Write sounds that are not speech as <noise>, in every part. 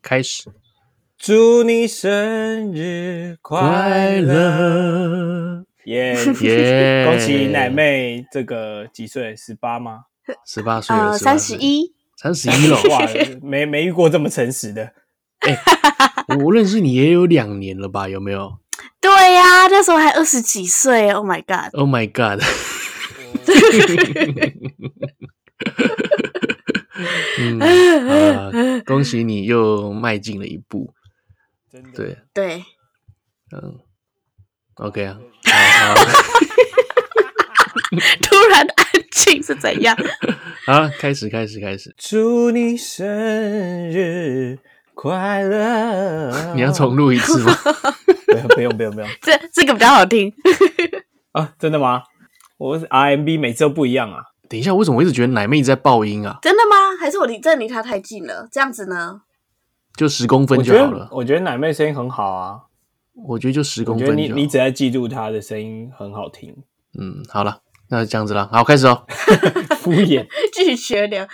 开始。祝你生日快乐！乐，耶耶 <laughs> 恭喜奶妹，这个几岁？十八吗？十八岁了呃，，三十，一，三十一了。哇，没没遇过这么诚实的。我认识你也有两年了吧？有没有对呀、那时候还二十几岁，Oh my <laughs> god！ ？Oh my god！嗯，好啦恭喜你又迈进了一步。真的对，对，嗯，OK 啊，好好 <laughs> 突然安静是怎样？ <laughs> 好，开始，开始，开始。祝你生日快乐！ <laughs> 哦你要 <laughs> 重？录一次 <laughs> 吗？不用不用不用这这个比较好听。啊！真的吗？我 RMB 每次都不一样啊。等一下，为什么我一直觉得奶妹一直在爆音啊？真的吗？还是我离这离他太近了？这样子呢？ <laughs> 就十公分我就觉好得了。我觉得奶妹声音很好啊，我觉得就十我公觉得分你就好你。只要记住她的声音很好听，嗯，好了，那就这样子了。好，开始哦。敷衍。继续学点。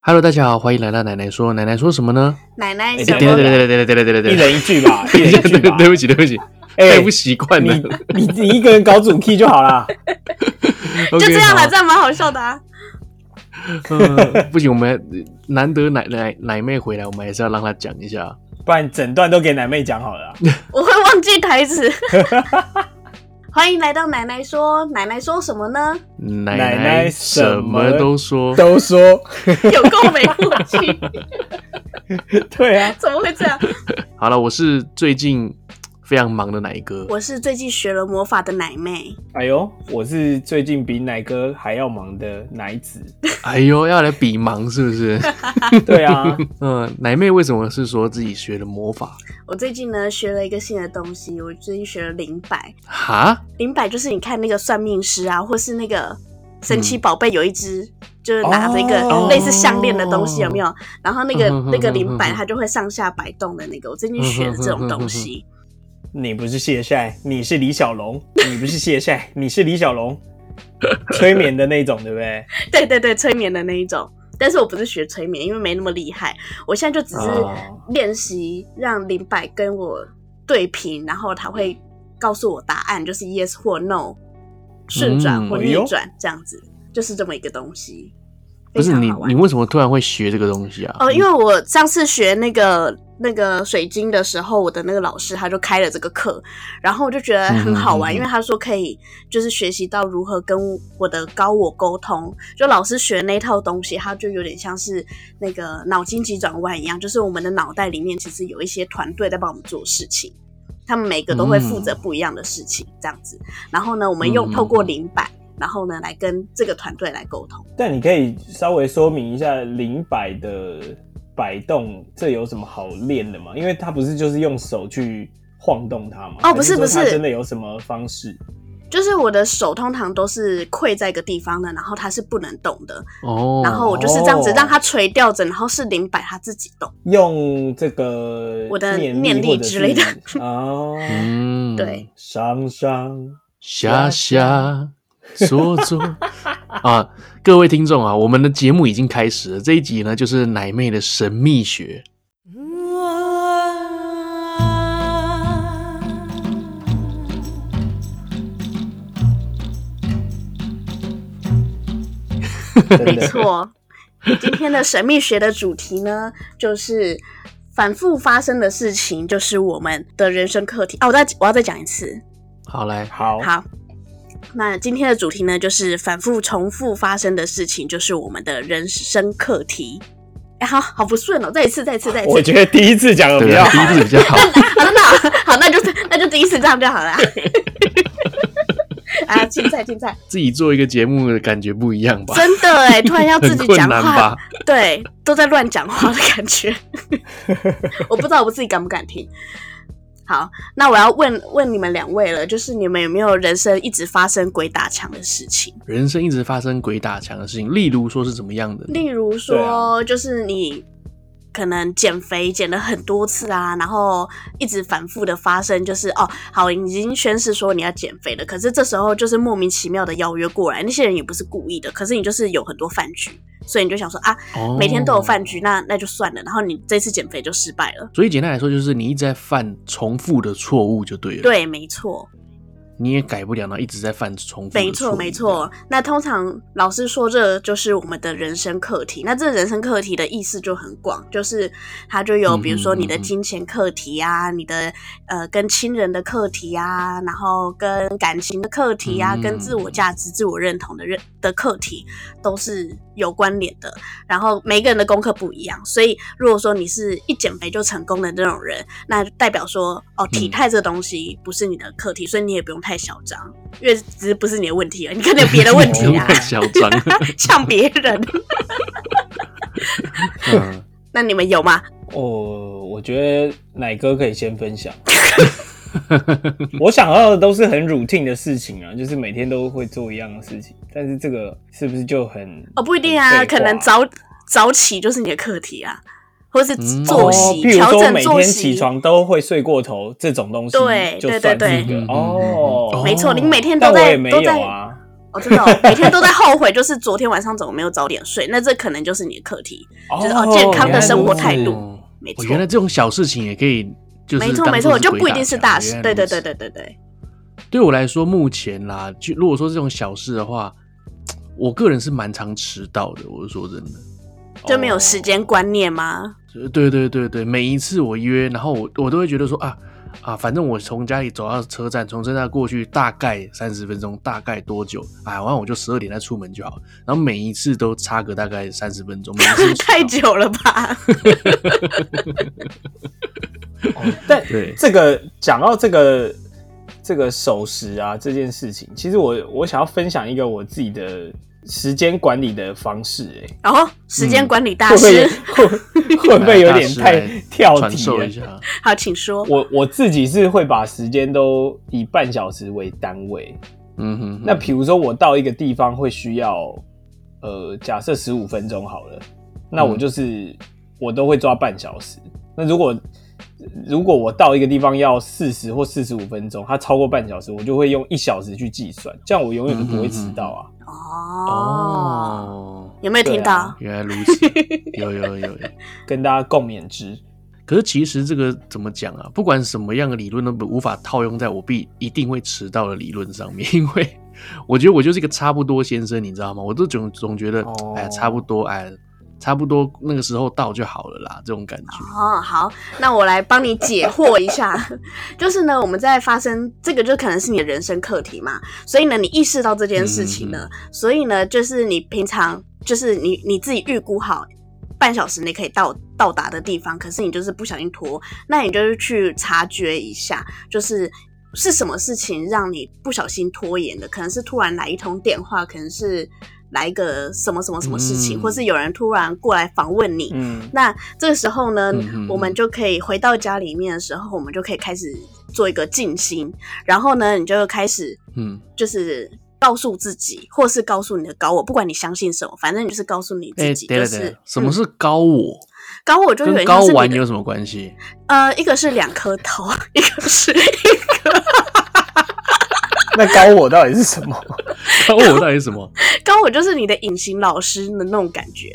Hello，大家好，欢迎来到奶奶说。奶奶说什么呢？奶奶哎想对等对一下对说对对对对 <laughs> 对对一对。人一句吧，一等人一一下，句 <laughs> 对吧。对不起对不起，哎太不习惯你了。你你一个人搞主 key 就好啦。就就这样啦，这样蛮好笑的 <laughs> 啊。不行，我们还难得奶奶奶妹回来，我们还是要让她讲一下。不然整段都给奶妹讲好了啊。我会忘记台 <laughs> 词。欢迎来到奶奶说，奶奶说什么呢？奶奶奶奶什什么么都说，都说有够没默 <laughs> 契， <laughs> 对啊，怎么会这样？好了，我是最近非常忙的奶哥。我是最近学了魔法的奶妹，哎呦，我是最近比奶哥还要忙的奶子。哎呦，要来比忙是不是？对啊，嗯，奶妹为什么是说自己学了魔法？我最近呢学了一个新的东西，我最近学了灵摆。哈？灵摆就是你看那个算命师啊，或是那个神嗯奇宝贝有一只。就是拿着一哦个类似项链的东西，有没有？然后那个嗯哼哼那个灵摆，哼哼它就会上下摆动的那个。我最近学了这种东嗯西，你不是谢晒，你是李小龙；你不是谢晒，你是李小龙，催眠的那种，对不对？嗯 <laughs> 对对对，催眠的那一种。但是我不是学催眠，因为没那么厉害。我现在就只是哦练习让灵摆跟我对平，然后他会告诉我答案，就是 yes 或 no，顺转嗯或哎逆呦转、这样子，就是这么一个东西。不是非常你好，玩你为什么突然会学这个东西啊？哦，因为我上次学那个那个水晶的时候，我的那个老师他就开了这个课，然后我就觉得很好嗯嗯玩，嗯因为他说可以就是学习到如何跟我的高我沟通。就老师学那套东西，他就有点像是那个脑筋急转弯一样，就是我们的脑袋里面其实有一些团队在帮我们做事情。他们每个都会负责不一样的事情，这样子。然后呢，我们嗯嗯用透过嗯灵摆，然后呢来跟这个团队来沟通。但你可以稍微说明一下零摆的摆动，这有什么好练的吗？因为它不是就是用手去晃动它吗？哦不是还说不它是真的有什么方式？就是我的手通常都是跪在一个地方的，然后它是不能动的，哦，然后我就是这样子哦让它垂吊着，然后是灵摆它自己动。用这个我的念念力之类的或者是 <laughs> 哦，嗯，对，上上下下左 <laughs> 左啊，各位听众啊，我们的节目已经开始了，这一集呢就是奶妹的神秘学。真 <laughs> 没的错，今天的神秘学的主题呢， <laughs> 就是反复发生的事情，就是我们的人生课题。哦，我再我要再讲一次，好来，好好。那今天的主题呢，就是反复重复发生的事情，就是我们的人生课题。哎，好好不顺哦，再一次，再一次，再一次。我觉得第一次讲的比对较啊，好第一次比较好。好，真的好，好那 <laughs> 就是那就第一次这样就好了啊。 <laughs> 啊，竞赛竞赛，自己做一个节目的感觉不一样吧？真的 <laughs> 哎，突然要自很己困讲难吧 <laughs> 话，？对，都在乱讲话的感 <laughs> 觉。我不知道我自己敢不敢听。好，那我要问问你们两位了，就是你们有没有人生一直发生鬼打墙的事情？人生一直发生鬼打墙的事情，例如说是怎么样的呢？例如对说，就是你可能减肥减了很多次啊，然后一直反复的发生，就是哦，好，已经宣誓说你要减肥了，可是这时候就是莫名其妙的邀约过来，那些人也不是故意的，可是你就是有很多饭局，所以你就想说啊，哦每天都有饭局，那那就算了，然后你这次减肥就失败了。所以简单来说，就是你一直在犯重复的错误就对了。，对，没错，你也改不了，然后一直在犯重复的错没错，误没。错。那通常老师说，这就是我们的人生课题。那这人生课题的意思就很广，就是它就有嗯比如说你的嗯嗯金钱课题啊，你的呃跟亲人的课题啊，然后跟感情的课题啊，嗯跟自我价值、自我认同的认的课题都是有关联的。然后每个人的功课不一样，所以如果说你是一减肥就成功的那种人，那代表说哦，嗯体态这东西不是你的课题，所以你也不用太嚣张，因为只是不是你的问题啊，你可能有别的问不题用 <laughs> 啊太，嚣 <laughs> 张。呛别人。 <laughs> 嗯，那你们有吗？哦，我觉得奶哥可以先分享。 <laughs> 我想到的都是很 routine 的事情啊，就是每天都会做一样的事情，但是这个是不是就很哦，不一定嗯啊，很废可话能早早起就是你的课题啊，或是嗯作哦息、譬如调说整每作天起息。床都会睡过头这种东西，对就对算对是对一嗯个嗯嗯哦嗯，没错，你每天但都我在也没都在有啊。 <laughs> 哦，真 <laughs> 的哦，每天都在后悔，就是昨天晚上怎么没有早点睡，那这可能就是你的课题，就是哦健康的生活态度哦没我错，原来这种小事情也可以，就是没错当没作错，是就鬼不一定是打大墙事，原来对对如此对对对对，对我来说，目前啦，就如果说这种小事的话，我个人是蛮常迟到的。我是说真的，就没有时间观念吗？呃对对对对，每一次我约，然后我我都会觉得说啊啊，反正我从家里走到车站，从车站过去大概三十分钟，大概多久？哎，完了我就十二点再出门就好。然后每一次都差个大概三十分钟，每一 <laughs> 次太迟久了吧？哦但对 <laughs> 这个讲到这个这个守时啊这件事情，其实我我想要分享一个我自己的时间管理的方式、欸，然后时间嗯管理大会不师，会会会不会有点太大师来跳到，传题授了一？下。好，请说。我我自己是会把时间都以半小时为单位。嗯哼哼，那比如说我到一个地方会需要，呃，假设十五分钟好了，那我就是、我都会抓半小时。那如果如果我到一个地方要四十或四十五分钟，它超过半小时，我就会用一小时去计算，这样我永远都不会迟到啊。哦，哦，有没有听对到啊？原来如 <laughs> 此，有有有有。跟大家共勉之。可是其实这个怎么讲啊？不管什么样的理论都不无法套用在我必一定会迟到的理论上面，因为 <laughs> 我觉得我就是一个差不多先生，你知道吗？我都总总觉得哦，哎、差不多，哎，差不多那个时候到就好了啦，这种感觉。哦，好，那我来帮你解惑一下。 <laughs> 就是呢，我们在发生这个，就可能是你的人生课题嘛。所以呢，你意识到这件事情嗯了，所以呢，就是你平常就是你你自己预估好半小时内可以到到达的地方，可是你就是不小心拖，那你就是去察觉一下，就是。是什么事情让你不小心拖延的？可能是突然来一通电话，可能是来一个什么什么什么事情，嗯或是有人突然过来访问你，嗯，那这个时候呢，嗯哼我们就可以回到家里面的时候，我们就可以开始做一个静心，然后呢，你就开始嗯，就是告诉自己，或是告诉你的高我，不管你相信什么，反正你就是告诉你哎、自己，对就了是、对了，什么嗯是高我？高我，就有跟点高像是玩你的有什么关 <laughs> 系？呃，一个是两颗头，一个是 <laughs> <laughs> 那高我到底是什么？高我到底是什么？高我就是你的隐形老师的那种感觉，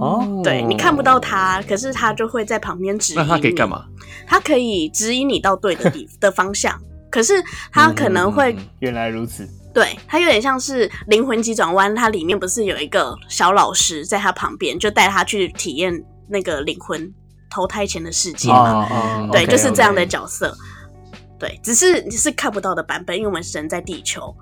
哦，对你看不到，他，可是他就会在旁边指引那他可以你干？嘛？他可以指引你到对的地 <laughs> 的方向。可是他可能会嗯嗯嗯 <laughs> 原来如此。对，它有点像是《灵魂急转弯》，它里面不是有一个小老师在他旁边，就带他去体验那个灵魂投胎前的世界哦嘛？哦对 OK，就是这样的 OK 角色。对，只是你是看不到的版本，因为我们人在地球，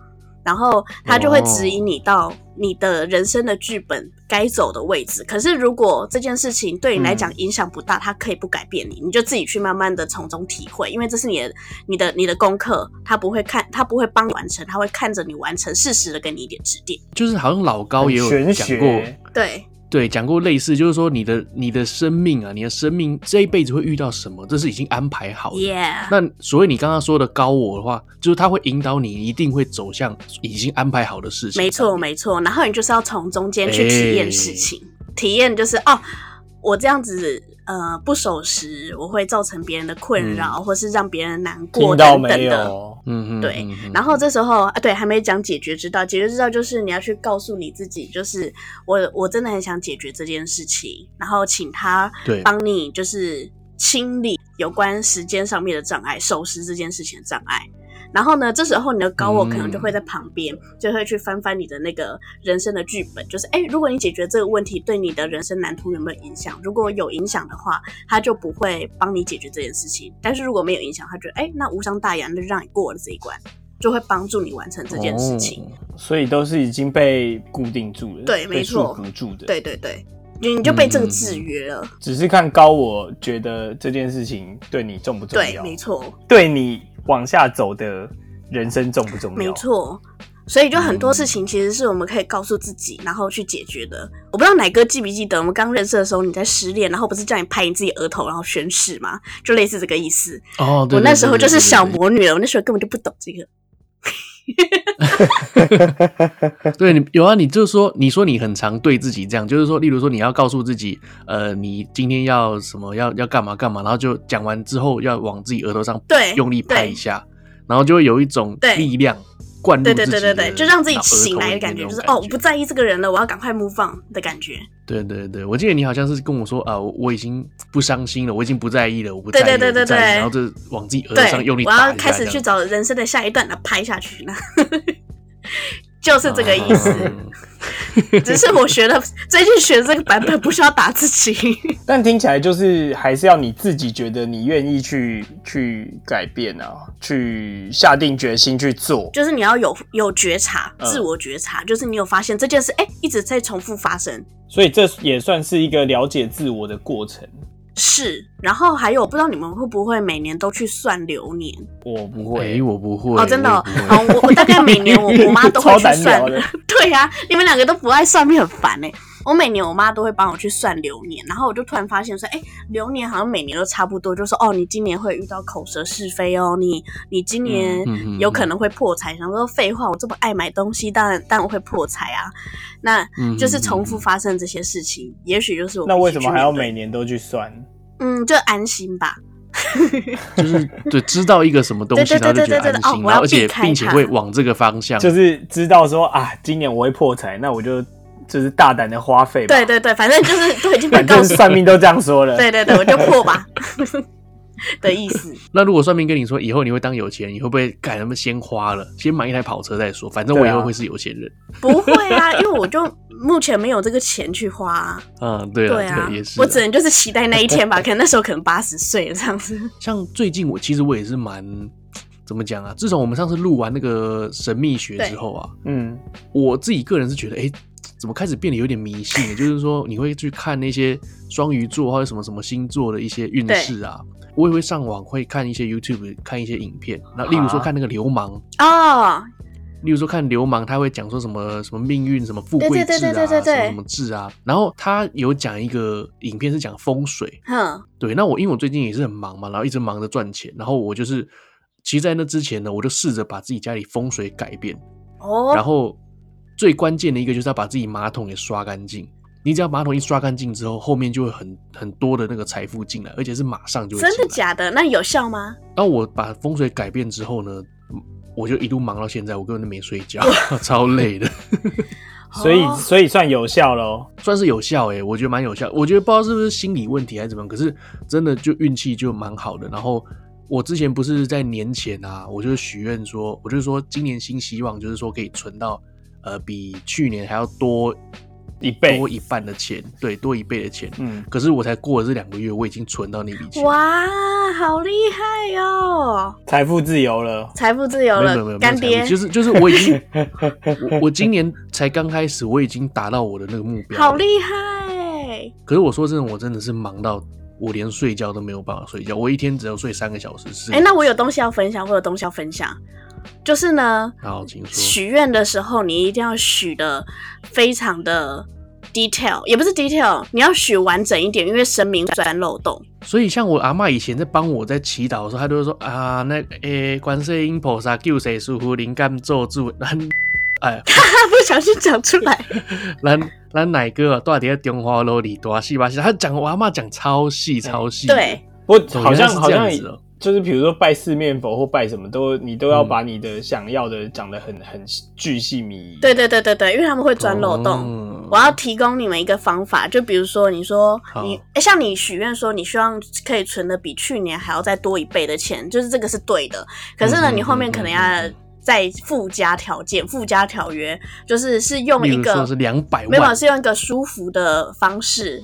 然后他就会指哦引你到你的人生的剧本该走的位置。可是如果这件事情对你来嗯讲影响不大，它可以不改变你，你就自己去慢慢的从中体会，因为这是你的、你的、你的功课，他不会看，他不会帮你完成，他会看着你完成，适时的给你一点指点。就是好像老高也有很玄讲过学。对，对，讲过类似，就是说你的你的生命啊，你的生命这一辈子会遇到什么，这是已经安排好的。耶、那所谓你刚刚说的高我的话，就是他会引导你，一定会走向已经安排好的事情。没错，没错。然后你就是要从中间去体验事情，体验就是哦，我这样子呃不守时，我会造成别人的困扰，或是让别人难过嗯听到等等没的。有？嗯嗯，对嗯嗯然后这时候啊，对，还没讲解决之道。解决之道就是你要去告诉你自己，就是我我真的很想解决这件事情，然后请他对帮你就是清理有关时间上面的障碍，守时这件事情的障碍。然后呢，这时候你的高我可能就会在旁边，就会去翻翻你的那个人生的剧本，就是哎，诶如果你解决这个问题，对你的人生蓝图有没有影响？如果有影响的话，他就不会帮你解决这件事情；但是如果没有影响，他觉得哎，诶那无伤大雅，那就让你过了这一关，就会帮助你完成这件事情。哦所以都是已经被固定住了，对被没错束缚住的。对，对对，你就被这个嗯制约了。只是看高我觉得这件事情对你重不重对，哦要，没错。对你往下走的人生重不重要？没，错，所以就很多事情其实是我们可以告诉自己，然后去解决的。我不知道奶哥记不记得，我们刚认识的时候你在失恋，然后不是叫你拍你自己额头然后宣誓吗？就类似这个意思。哦，对对我那对时候对就是对对嗯小对魔女了，我那时候根本就不懂这个。对你有啊，你就说你说你很常对自己这样，就是说，例如说你要告诉自己，呃，你今天要什么要要干嘛干嘛，然后就讲完之后要往自己额头上对用力拍一对下，然后就会有一种对力量灌入对对自对己的对对，就让自己脑额醒头来里的感面觉，那就种是感哦，我不在意这个人了，我要赶快 move on 的感觉。对对对，我记得你好像是跟我说啊，我我已经不伤心了，我已经不在意了，我不在对意，对对我不对在意对然后就往自己额头对上用力，我打要一下开始这去样啊找人生的下一段了，拍下去了， <laughs> 就是这个意思。嗯只是我学的最近学的这个版本不需要打自己。但听起来就是还是要你自己觉得你愿意去去改变啊，去下定决心去做。就是你要有有觉察，嗯自我觉察，就是你有发现这件事，哎、一直在重复发生，所以这也算是一个了解自我的过程。是。然后还有，我不知道你们会不会每年都去算流年我不哎，会，我不会哦，真的我哦，也不会哦我我大概每年我我妈都会 <laughs> 超去难算 <laughs> 聊的，对呀、你们两个都不爱算命，很烦哎、我每年我妈都会帮我去算流年，然后我就突然发现说，哎、流年好像每年都差不多，就说哦，你今年会遇到口舌是非哦，你你今年嗯嗯嗯有可能会破财。想说废话，我这么爱买东西，当然当然会破财啊。那嗯就是重复发生这些事情，也许就是我那为什必须么去还要面对每年都去算？嗯就安心吧？就是 <laughs> 对知道一个什么东西，对然后对就对觉对得安对对心，哦我然后要而且避开并且它会往这个方向，就是知道说啊，今年我会破财，那我就就是大胆的花费吧。对对对，反正就是都已经被反告正诉，算命都这样说了。对对对，我就破吧 <laughs> 的意思。那如果算命跟你说以后你会当有钱人，你会不会改他们先花了，先买一台跑车再说？反正我对以啊后会是有钱人。不会啊， <laughs> 因为我就目前没有这个钱去花、啊。 <laughs> 嗯，对了，对啊，也是啊。我只能就是期待那一 <laughs> 天吧。可能那时候可能八十岁了这样子。像最近我其实我也是蛮怎么讲啊？自从我们上次录完那个神秘学之后啊，嗯，我自己个人是觉得，哎、怎么开始变得有点迷信了？就是说，你会去看那些双鱼座或者什么什么星座的一些运势啊。我也会上网会看一些 YouTube，看一些影片。那例如说啊看那个流氓，哦，例如说看流氓，他会讲说什么什么命运、什么富贵对制对啊，对对对对对什么什么制啊。然后他有讲一个影片是讲风水，哼，对。那我因为我最近也是很忙嘛，然后一直忙着赚钱，然后我就是其实，在那之前呢，我就试着把自己家里风水改变。然哦，后最关键的一个就是要把自己马桶给刷干净。你只要马桶一刷干净之后，后面就会很很多的那个财富进来，而且是马上就会真的进来假的？那有效吗？然后我把风水改变之后呢，我就一路忙到现在，我根本就没睡觉， <laughs> 超累的。所以哦所以算有效哦喽。算是有效诶、我觉得蛮有效。我觉得不知道是不是心理问题还是怎么样，可是真的就运气就蛮好的。然后我之前不是在年前啊，我就是许愿说，我就是说今年新希望就是说可以存到呃比去年还要多一倍多一半的钱，对，多一倍的钱。嗯，可是我才过了这两个月，我已经存到那笔钱。哇，好厉害哦！财富自由了。财富自由没有没有没了，有，干没有爹财富，就是就是我已经 <laughs> 我我今年才刚开始，我已经达到我的那个目标了。好厉害！可是我说真的，我真的是忙到我连睡觉都没有办法睡觉，我一天只能睡三个小时。是，哎、那我有东西要分享，我有东西要分享，就是呢，好，请说。许愿的时候，你一定要许的非常的 detail，也不是 detail，你要许完整一点，因为神明钻漏洞。所以像我阿嬷以前在帮我在祈祷的时候，她都会说啊，那诶、观世音菩萨救谁疏忽灵感做主，咱哎，他不小心讲出来，咱那奶哥啊，到底在中华楼里多细吧细，他讲我阿妈讲超细超细，对，不哦，好像原来是好这像样子哦就是比如说拜四面佛或拜什么都，你都要嗯把你的想要的讲得很很巨细靡遗。 <laughs> 对对对对对，因为他们会钻漏洞。哦我要提供你们一个方法，就比如说，你说好你诶像你许愿说你希望可以存的比去年还要再多一倍的钱，就是这个是对的。可是呢，嗯嗯你后面可能要嗯嗯嗯再附加条件、附加条约，就是是用例一如个说是两百没有万，是用一个舒服的方式，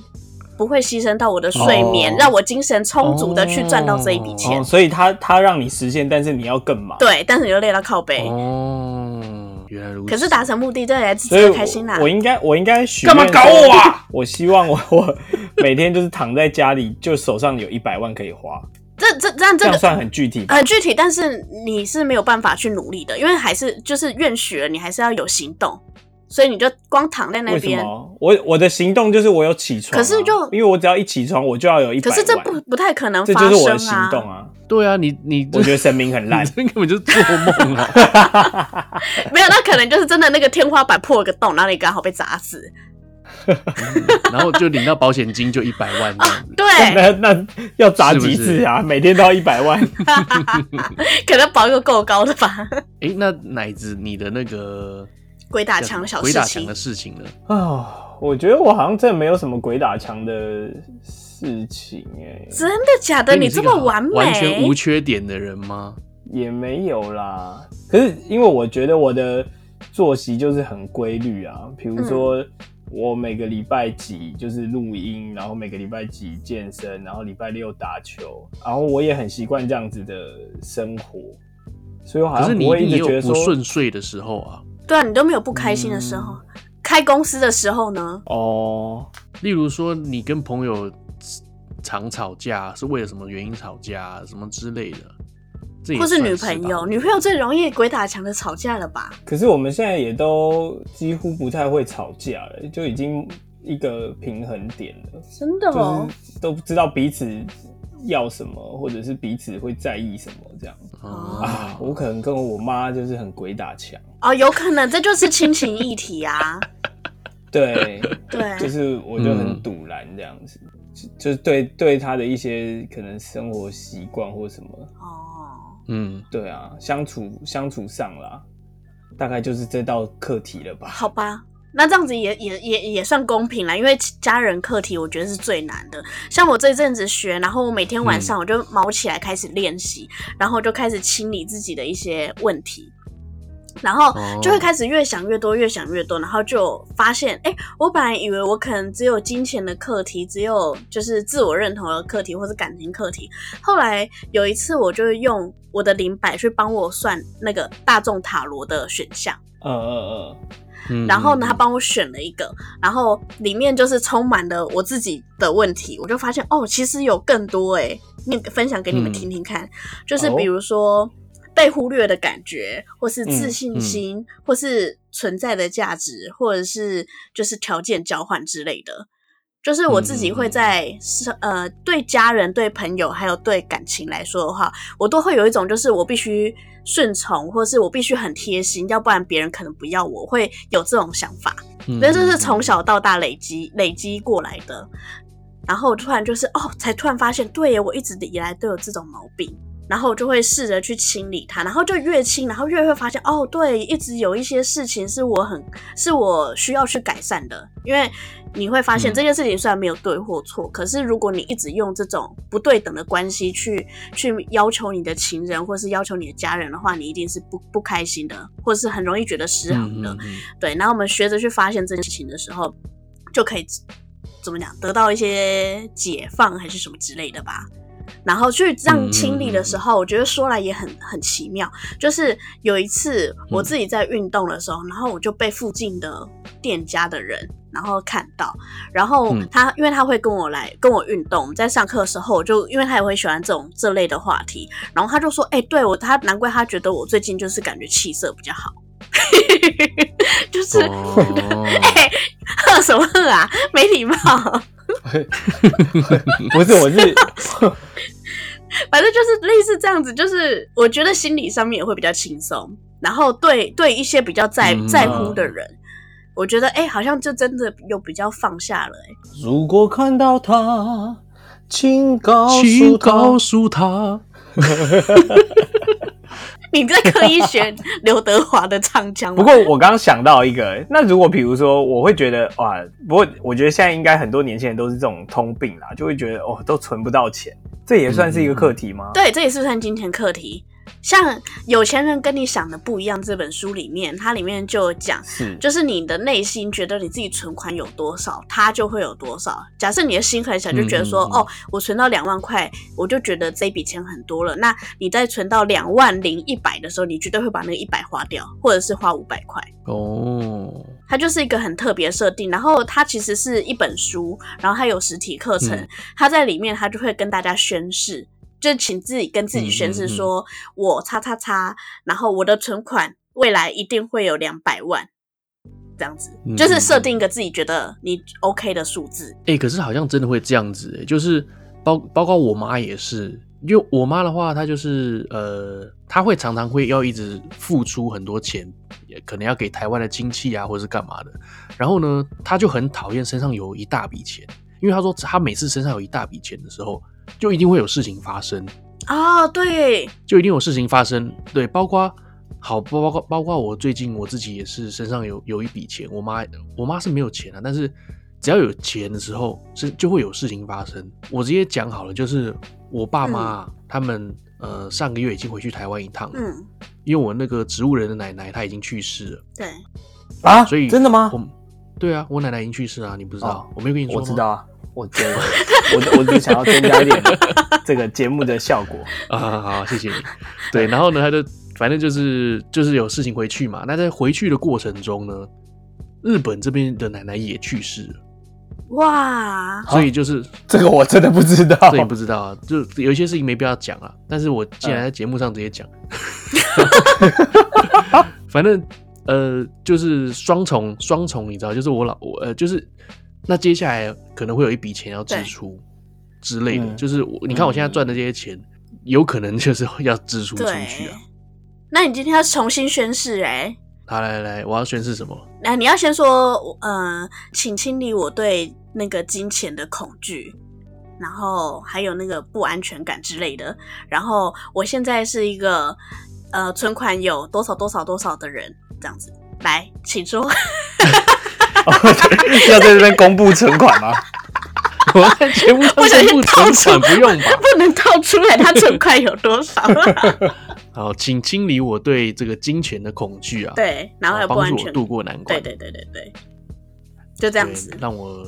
不会牺牲到我的睡眠，哦让我精神充足的去赚到这一笔钱。哦，所以他他让你实现，但是你要更忙。对，但是你又累到靠背，哦，原来如此。可是达成目的，这还是所以值我得开心啊啦。我应该我应该许干嘛愿搞说我啊？我希望我 <laughs> 我每天就是躺在家里，就手上有一百万可以花，这这这样这这样个呃算很具体吧？很具体，但是你是没有办法去努力的，因为还是就是愿许了，你还是要有行动，所以你就光躺在那为什边。么？我我的行动就是我有起床啊、可是就因为我只要一起床，我就要有一百可万，是这不不太可能这发就是我的生行啊！动啊！对啊，你你我觉得神明很烂 <laughs> <laughs> 你，这根本就是做梦啊！没有，那可能就是真的那个天花板破了个洞，然后你刚好被砸死。然后就领到保险金就一百万这样子，对，那那要砸是不几是次啊？每天都要一百万， <laughs> <laughs> 可能保一个够高的吧。哎、那奶子你的那个鬼打墙的小鬼事打墙情的，事情呢？啊，我觉得我好像真的没有什么鬼打墙的事情哎、真的假的？诶你是这一个么完美，完全无缺点的人吗？也没有啦。可是因为我觉得我的作息就是很规律啊，比如说嗯我每个礼拜几就是录音，然后每个礼拜几健身，然后礼拜六打球，然后我也很习惯这样子的生活，所以我好可是像你不一会定一也直觉有得说不顺遂的时候啊，对啊，你都没有不开心的时候。开公司的时候呢，哦。例如说你跟朋友常吵架是为了什么原因吵架，什么之类的，这也或是算女吧嗯朋友，我女朋友最容易鬼打墙的吵架了吧？可是我们现在也都几乎不太会吵架了，就已经一个平衡点了。真的哦，就是都知道彼此要什么，或者是彼此会在意什么这样。啊，我可能跟我妈就是很鬼打墙，哦，有可能这就是亲情议题啊。对， <laughs> 对，就是我就很堵然这样子，就就是对对她的一些可能生活习惯或什么，哦，嗯，对啊，相处相处上啦，大概就是这道课题了吧。好吧。那这样子也也也也算公平啦，因为家人课题我觉得是最难的。像我这阵子学，然后我每天晚上我就毛起来开始练习，然后就开始清理自己的一些问题，然后哦就会开始越想越多，越想越多，然后就发现，哎、我本来以为我可能只有金钱的课题，只有就是自我认同的课题，或是感情课题。后来有一次，我就用我的灵摆去帮我算那个大众塔罗的选项，嗯嗯嗯然后呢，他嗯帮我选了一个，然后里面就是充满了我自己的问题，我就发现哦，其实有更多哎、那个分享给你们嗯听听看，就是哦比如说被忽略的感觉，或是嗯自信心，或是存在的价值，或者是就是条件交换之类的。就是我自己会在生、呃对家人、对朋友，还有对感情来说的话，我都会有一种就是我必须顺从，或是我必须很贴心，要不然别人可能不要我，会有这种想法。嗯那这是嗯从小到大累积累积过来的。然后我突然就是哦，才突然发现，对耶，我一直以来都有这种毛病。然后我就会试着去清理它，然后就越清，然后越会发现，哦，对，一直有一些事情是我很是我需要去改善的，因为你会发现嗯这件事情虽然没有对或错，可是如果你一直用这种不对等的关系去去要求你的情人或是要求你的家人的话，你一定是不不开心的，或是很容易觉得失衡的。嗯嗯嗯对，然后我们学着去发现这件事情的时候，就可以怎么讲，得到一些解放还是什么之类的吧。然后去这样清理的时候，我觉得说来也很很奇妙。就是有一次我自己在运动的时候，然后我就被附近的店家的人然后看到，然后嗯他因为他会跟我来跟我运动，我们在上课的时候，我就因为他也会喜欢这种这类的话题，然后他就说：“哎、对我他难怪他觉得我最近就是感觉气色比较好， <laughs> <laughs> 就是、 <laughs> 哦哎，喝什么喝啊？没礼貌， <laughs> 嗯，不是，我是反正就是类似这样子，就是我觉得心理上面也会比较轻松，然后对对一些比较在、嗯在乎的人，我觉得哎、好像就真的有比较放下了、哎，如果看到他，请告请诉告他，诉他，你在刻意学刘德华的唱腔不吗？过我刚刚想到一个，那如果比如说，我会觉得哇，不过我觉得现在应该很多年轻人都是这种通病啦，就会觉得哦，都存不到钱，这也算是一个课题吗？对，这也是算金钱课题。像《有钱人跟你想的不一样》这本书里面，它里面就有讲，是，就是你的内心觉得你自己存款有多少，它就会有多少。假设你的心很小，就觉得说，嗯嗯嗯哦，我存到两万块，我就觉得这笔钱很多了。那你在存到两万零一百的时候，你绝对会把那个一百花掉，或者是花五百块。哦，它就是一个很特别的设定，然后它其实是一本书，然后它有实体课程，嗯它在里面它就会跟大家宣誓，就请自己跟自己宣嗯嗯誓嗯说，我叉叉叉，然后我的存款未来一定会有两百万，这样子嗯，就是设定一个自己觉得你 OK 的数字。哎、可是好像真的会这样子、欸，就是包包括我妈也是，因为我妈的话，她就是呃，她会常常会要一直付出很多钱，也可能要给台湾的亲戚啊，或者是干嘛的。然后呢，她就很讨厌身上有一大笔钱，因为她说她每次身上有一大笔钱的时候，就一定会有事情发生。哦，对，就一定有事情发生。对，包括好，包包括包括我最近我自己也是身上有有一笔钱，我妈我妈是没有钱啊，但是只要有钱的时候是就会有事情发生。我直接讲好了，就是我爸妈啊、他们呃上个月已经回去台湾一趟了，嗯，因为我那个植物人的奶奶她已经去世了，对，啊，所以真的吗？我对啊，我奶奶已经去世了啊，你不知道？哦我没有跟你说我吗？知道啊，我知道，我我只想要增加一点这个节目的效果。 <laughs> 啊，好好，谢谢你。对，然后呢，他就反正就是就是有事情回去嘛。那在回去的过程中呢，日本这边的奶奶也去世了，哇，啊所以就是 <laughs> 这个我真的不知道，这也不知道啊，就有一些事情没必要讲啊。但是我既然在节目上直接 <laughs> 讲，反正呃，就是双重双重，你知道，就是我老我呃，就是那接下来可能会有一笔钱要支对出之类的，嗯就是我你看我现在赚的这些钱，有可能就是要支出出去对啊。。那你今天要重新宣誓哎、好，来来来，我要宣誓什么？那你要先说，呃，请清理我对那个金钱的恐惧，然后还有那个不安全感之类的。然后我现在是一个呃存款有多少多少多少的人，这样子。来，请 <laughs> 说。<laughs> 要在这边公布存款吗？ <laughs> 我在节目上不小心公布套存出款不用吧？不能套出来他存款有多少。 <laughs> 好，请清理我对这个金钱的恐惧啊，对，然后还好有不帮安助全我感。度过难关。对对对对对，就这这样子。让我，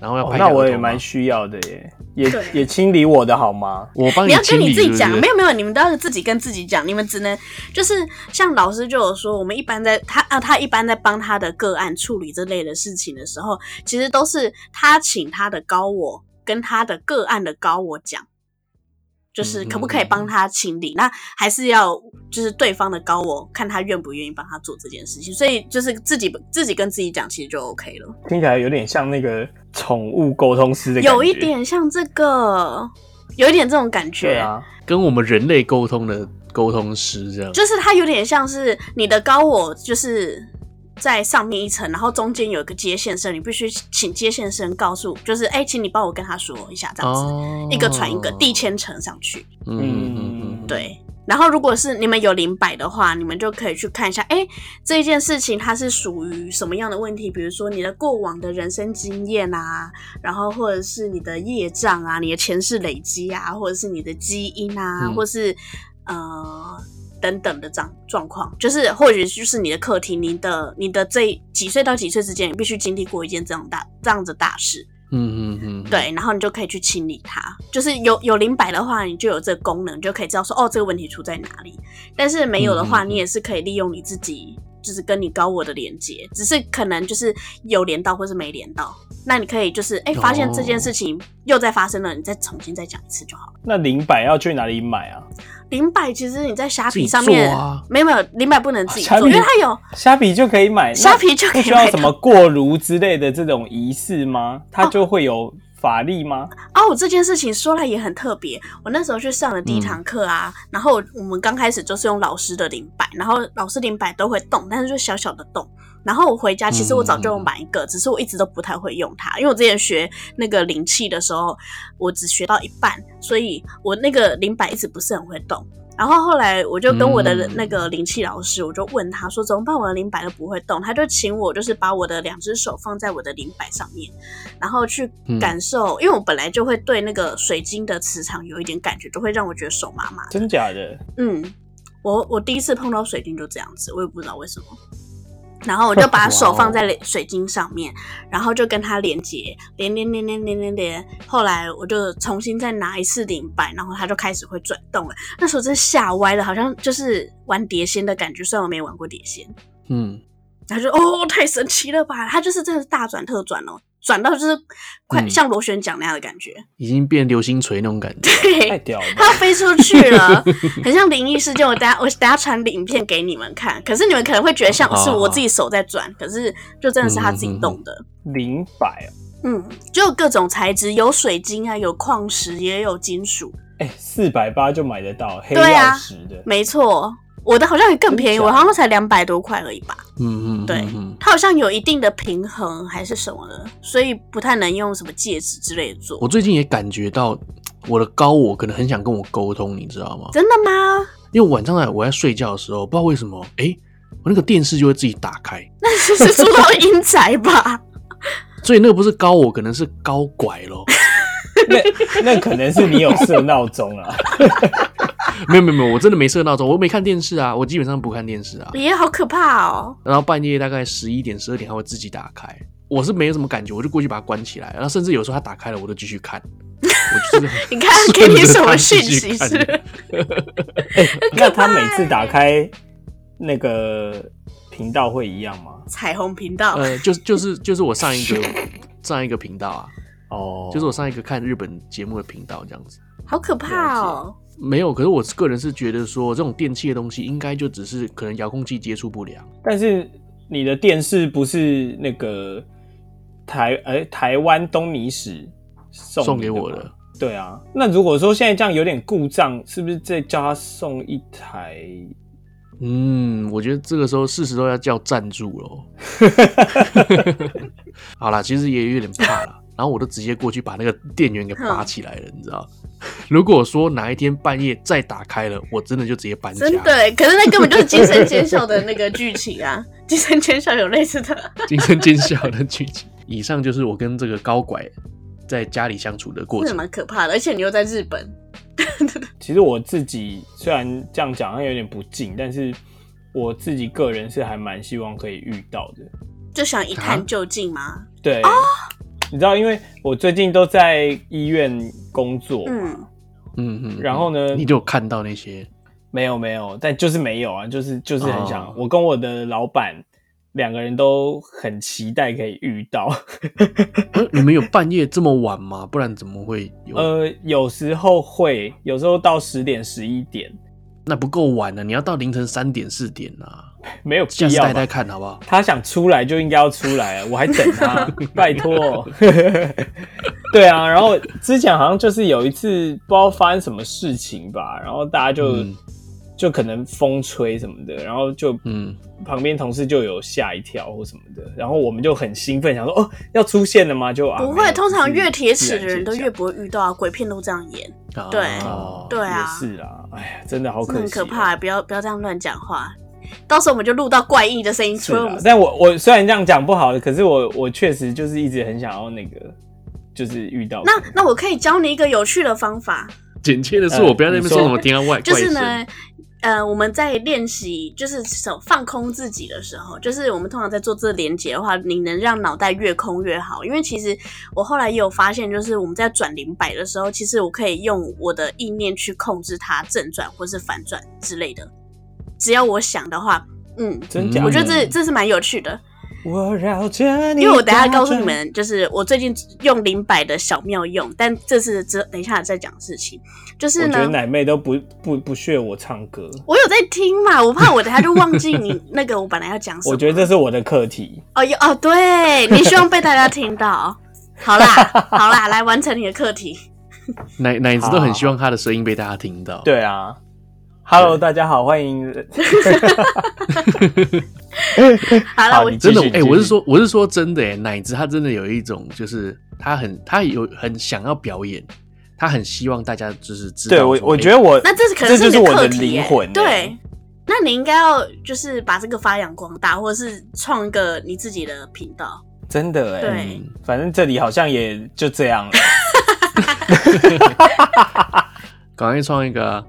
然后要 <laughs> 哦拍、那我也蛮，需要的耶，也对也清理我的好吗？我帮你要清跟理你自己讲，没有？有没有，你们都要自己跟自己讲，你们只能就是像老师就有说，我们一般在他啊，他一般在帮他的个案处理这类的事情的时候，其实都是他请他的高我跟他的个案的高我讲，就是可不可以帮他清理，那还是要就是对方的高我看他愿不愿意帮他做这件事情，所以就是自己自己跟自己讲，其实就 OK 了，听起来有点像那个宠物沟通师的感觉，有一点像这个，有一点这种感觉，对啊，跟我们人类沟通的沟通师这样，就是它有点像是你的高我，就是在上面一层，然后中间有一个接线生，你必须请接线生告诉，就是哎、请你帮我跟他说一下，这样子，哦一个传一个递，千层上去，嗯嗯嗯嗯，对。然后，如果是你们有零百的话，你们就可以去看一下，哎，这件事情它是属于什么样的问题？比如说你的过往的人生经验啊，然后或者是你的业障啊，你的前世累积啊，或者是你的基因啊，嗯或是呃等等的状状况，就是或许就是你的课题，你的你的这几岁到几岁之间，你必须经历过一件这样大这样子大事，嗯嗯嗯，，对，然后你就可以去清理它。就是有有零百的话，你就有这个功能，你就可以知道说哦这个问题出在哪里。但是没有的话，嗯嗯嗯你也是可以利用你自己，就是跟你高我的连接，只是可能就是有连到或是没连到。那你可以就是哎、发现这件哦事情又在发生了，你再重新再讲一次就好了。那零百要去哪里买啊？零百其实你在虾自己皮上面、做啊没有没有零百不能自己啊虾做，皮因为它有虾皮就可以买，那虾皮就可以不需要买到什么过炉之类的这种仪式吗？它就会有法力吗？哦，这件事情说来也很特别。我那时候去上的第一堂课啊，然后我们刚开始就是用老师的零摆，然后老师零摆都会动，但是就小小的动。然后我回家，其实我早就有买一个，只是我一直都不太会用它，因为我之前学那个灵气的时候，我只学到一半，所以我那个零摆一直不是很会动。然后后来我就跟我的嗯那个灵气老师，我就问他说怎么办，我的灵摆都不会动，他就请我就是把我的两只手放在我的灵摆上面，然后去感受，因为我本来就会对那个水晶的磁场有一点感觉，就会让我觉得手麻麻。真假的？嗯，我我第一次碰到水晶就这样子，我也不知道为什么。然后我就把手放在水晶上面，然后就跟它连接，连连连连连连连。后来我就重新再拿一次灵摆，然后它就开始会转动了。那时候真吓歪了，好像就是玩碟仙的感觉，虽然我没玩过碟仙。嗯，然后就哦，太神奇了吧！它就是真的是大转特转哦，转到就是快、嗯像螺旋桨那样的感觉。已经变流星锤那种感觉。太对，屌了吧！它飞出去了，很像灵异事件。我等下我等下传影片给你们看，可是你们可能会觉得像好是好我自己手在转，可是就真的是它自己嗯嗯嗯动的。零百哦，嗯，就有各种材质，有水晶啊，有矿石，也有金属。哎、四百八就买得到黑对曜啊石的，没错，我的好像也更便宜，真我假的好像才两百多块而已吧。嗯嗯，对嗯它好像有一定的平衡还是什么的，所以不太能用什么戒指之类的做我。最近也感觉到我的高我可能很想跟我沟通，你知道吗？真的吗？因为晚上在我在睡觉的时候，不知道为什么，哎、我那个电视就会自己打开，那是是出到阴宅吧？所以那个不是高我，可能是高拐咯。 <laughs> 那那可能是你有设闹钟 <laughs> 啊。没有没有没有，我真的没设闹钟，我没看电视啊，我基本上不看电视啊。 <laughs> 也好可怕哦！然后半夜大概十一点、十二点，它会自己打开。我是没有什么感觉，我就过去把它关起来。然后甚至有时候它打开了，我都继续看。 <laughs> 我就是你看啊给你什么讯顺着息它继续是看？那他每次打开那个频道会一样吗？彩虹频道？ <laughs> 呃，就是就是就是我上一个上一个频道啊，哦，就是我上一个看日本节目的频道这样子。好可怕哦！没有，可是我个人是觉得说，这种电器的东西应该就只是可能遥控器接触不良。但是你的电视不是那个台哎、台湾东尼史送送你给我吗的。对啊，那如果说现在这样有点故障，是不是再叫他送一台？嗯，我觉得这个时候事实都要叫赞助 <laughs> 喽。好啦，其实也有点怕啦。然后我就直接过去把那个电源给拔起来了，你知道？ <laughs> 如果说哪一天半夜再打开了，我真的就直接搬家。真的，耶，可是那根本就是《精神尖笑》的那个剧情啊， <laughs> 《精神尖笑》有类似的。惊声尖笑的剧情。以上就是我跟这个高拐在家里相处的过那程。蛮可怕的，而且你又在日本，其实我自己虽然这样讲好像有点不敬，但是我自己个人是还蛮希望可以遇到的。就想一探究竟吗？对，你知道，因为我最近都在医院工作嘛，嗯，嗯嗯。然后呢你就有看到那些没有没有，但就是没有啊，就是就是很想，哦我跟我的老板两个人都很期待可以遇到。呃，你们有半夜这么晚吗？不然怎么会有？ <laughs> 呃，有时候会，有时候到十点十一点，那不够晚啊了、你要到凌晨三点四点啊！没有下必次要带吧带看好不好？他想出来就应该要出来啊，我还等他， <laughs> 拜托。对啊，然后之前好像就是有一次不知道发生什么事情吧，然后大家就、嗯就可能风吹什么的，然后就嗯旁边同事就有吓一跳或什么的，然后我们就很兴奋，想说哦要出现了吗？就、啊、不没会，有通常就是越铁自齿然的人都现越象不会遇到啊，鬼片都这样演，啊对哦对啊也是啊，哎呀，真的好真的可很惜、嗯可怕。啊不要不要这样乱讲话，到时候我们就录到怪异的声音，是除了我啊们，但我我虽然这样讲不好，可是我我确实就是一直很想要那个，就是遇到那那我可以教你一个有趣的方法，剪切的是呃我，不要在那边说什么天安外就怪是声。呢，呃，我们在练习就是手放空自己的时候，就是我们通常在做这连接的话，你能让脑袋越空越好。因为其实我后来也有发现，就是我们在转零摆的时候，其实我可以用我的意念去控制它正转或是反转之类的。只要我想的话，嗯，真假的？嗯我觉得这这是蛮有趣的。我绕着你，因为我等一下告诉你，们，就是我最近用零摆的小妙用，但这是之等一下再讲事情。就我是觉呢，得奶妹都不不不屑我唱歌，我有在听嘛，我怕我等下就忘记你那个我本来要讲什么。我觉得这是我的课题。哦有哦，对你希望被大家听到， <laughs> 好啦，好啦，来完成你的课题。奶奶子都很希望他的声音被大家听到。对啊，Hello，大家好，欢迎。好啦，好我你真的，继续哎、继续我是说，我是说真的、欸，奶子他真的有一种，就是他很，他有很想要表演，他很希望大家就是知道对说。我，我欸觉得我那这是可能这就是你我课的题耶、灵魂欸。对，那你应该要就是把这个发扬光大，或者是创一个你自己的频道。真的哎、对嗯反正这里好像也就这 <laughs> 样了。赶快创一个啊、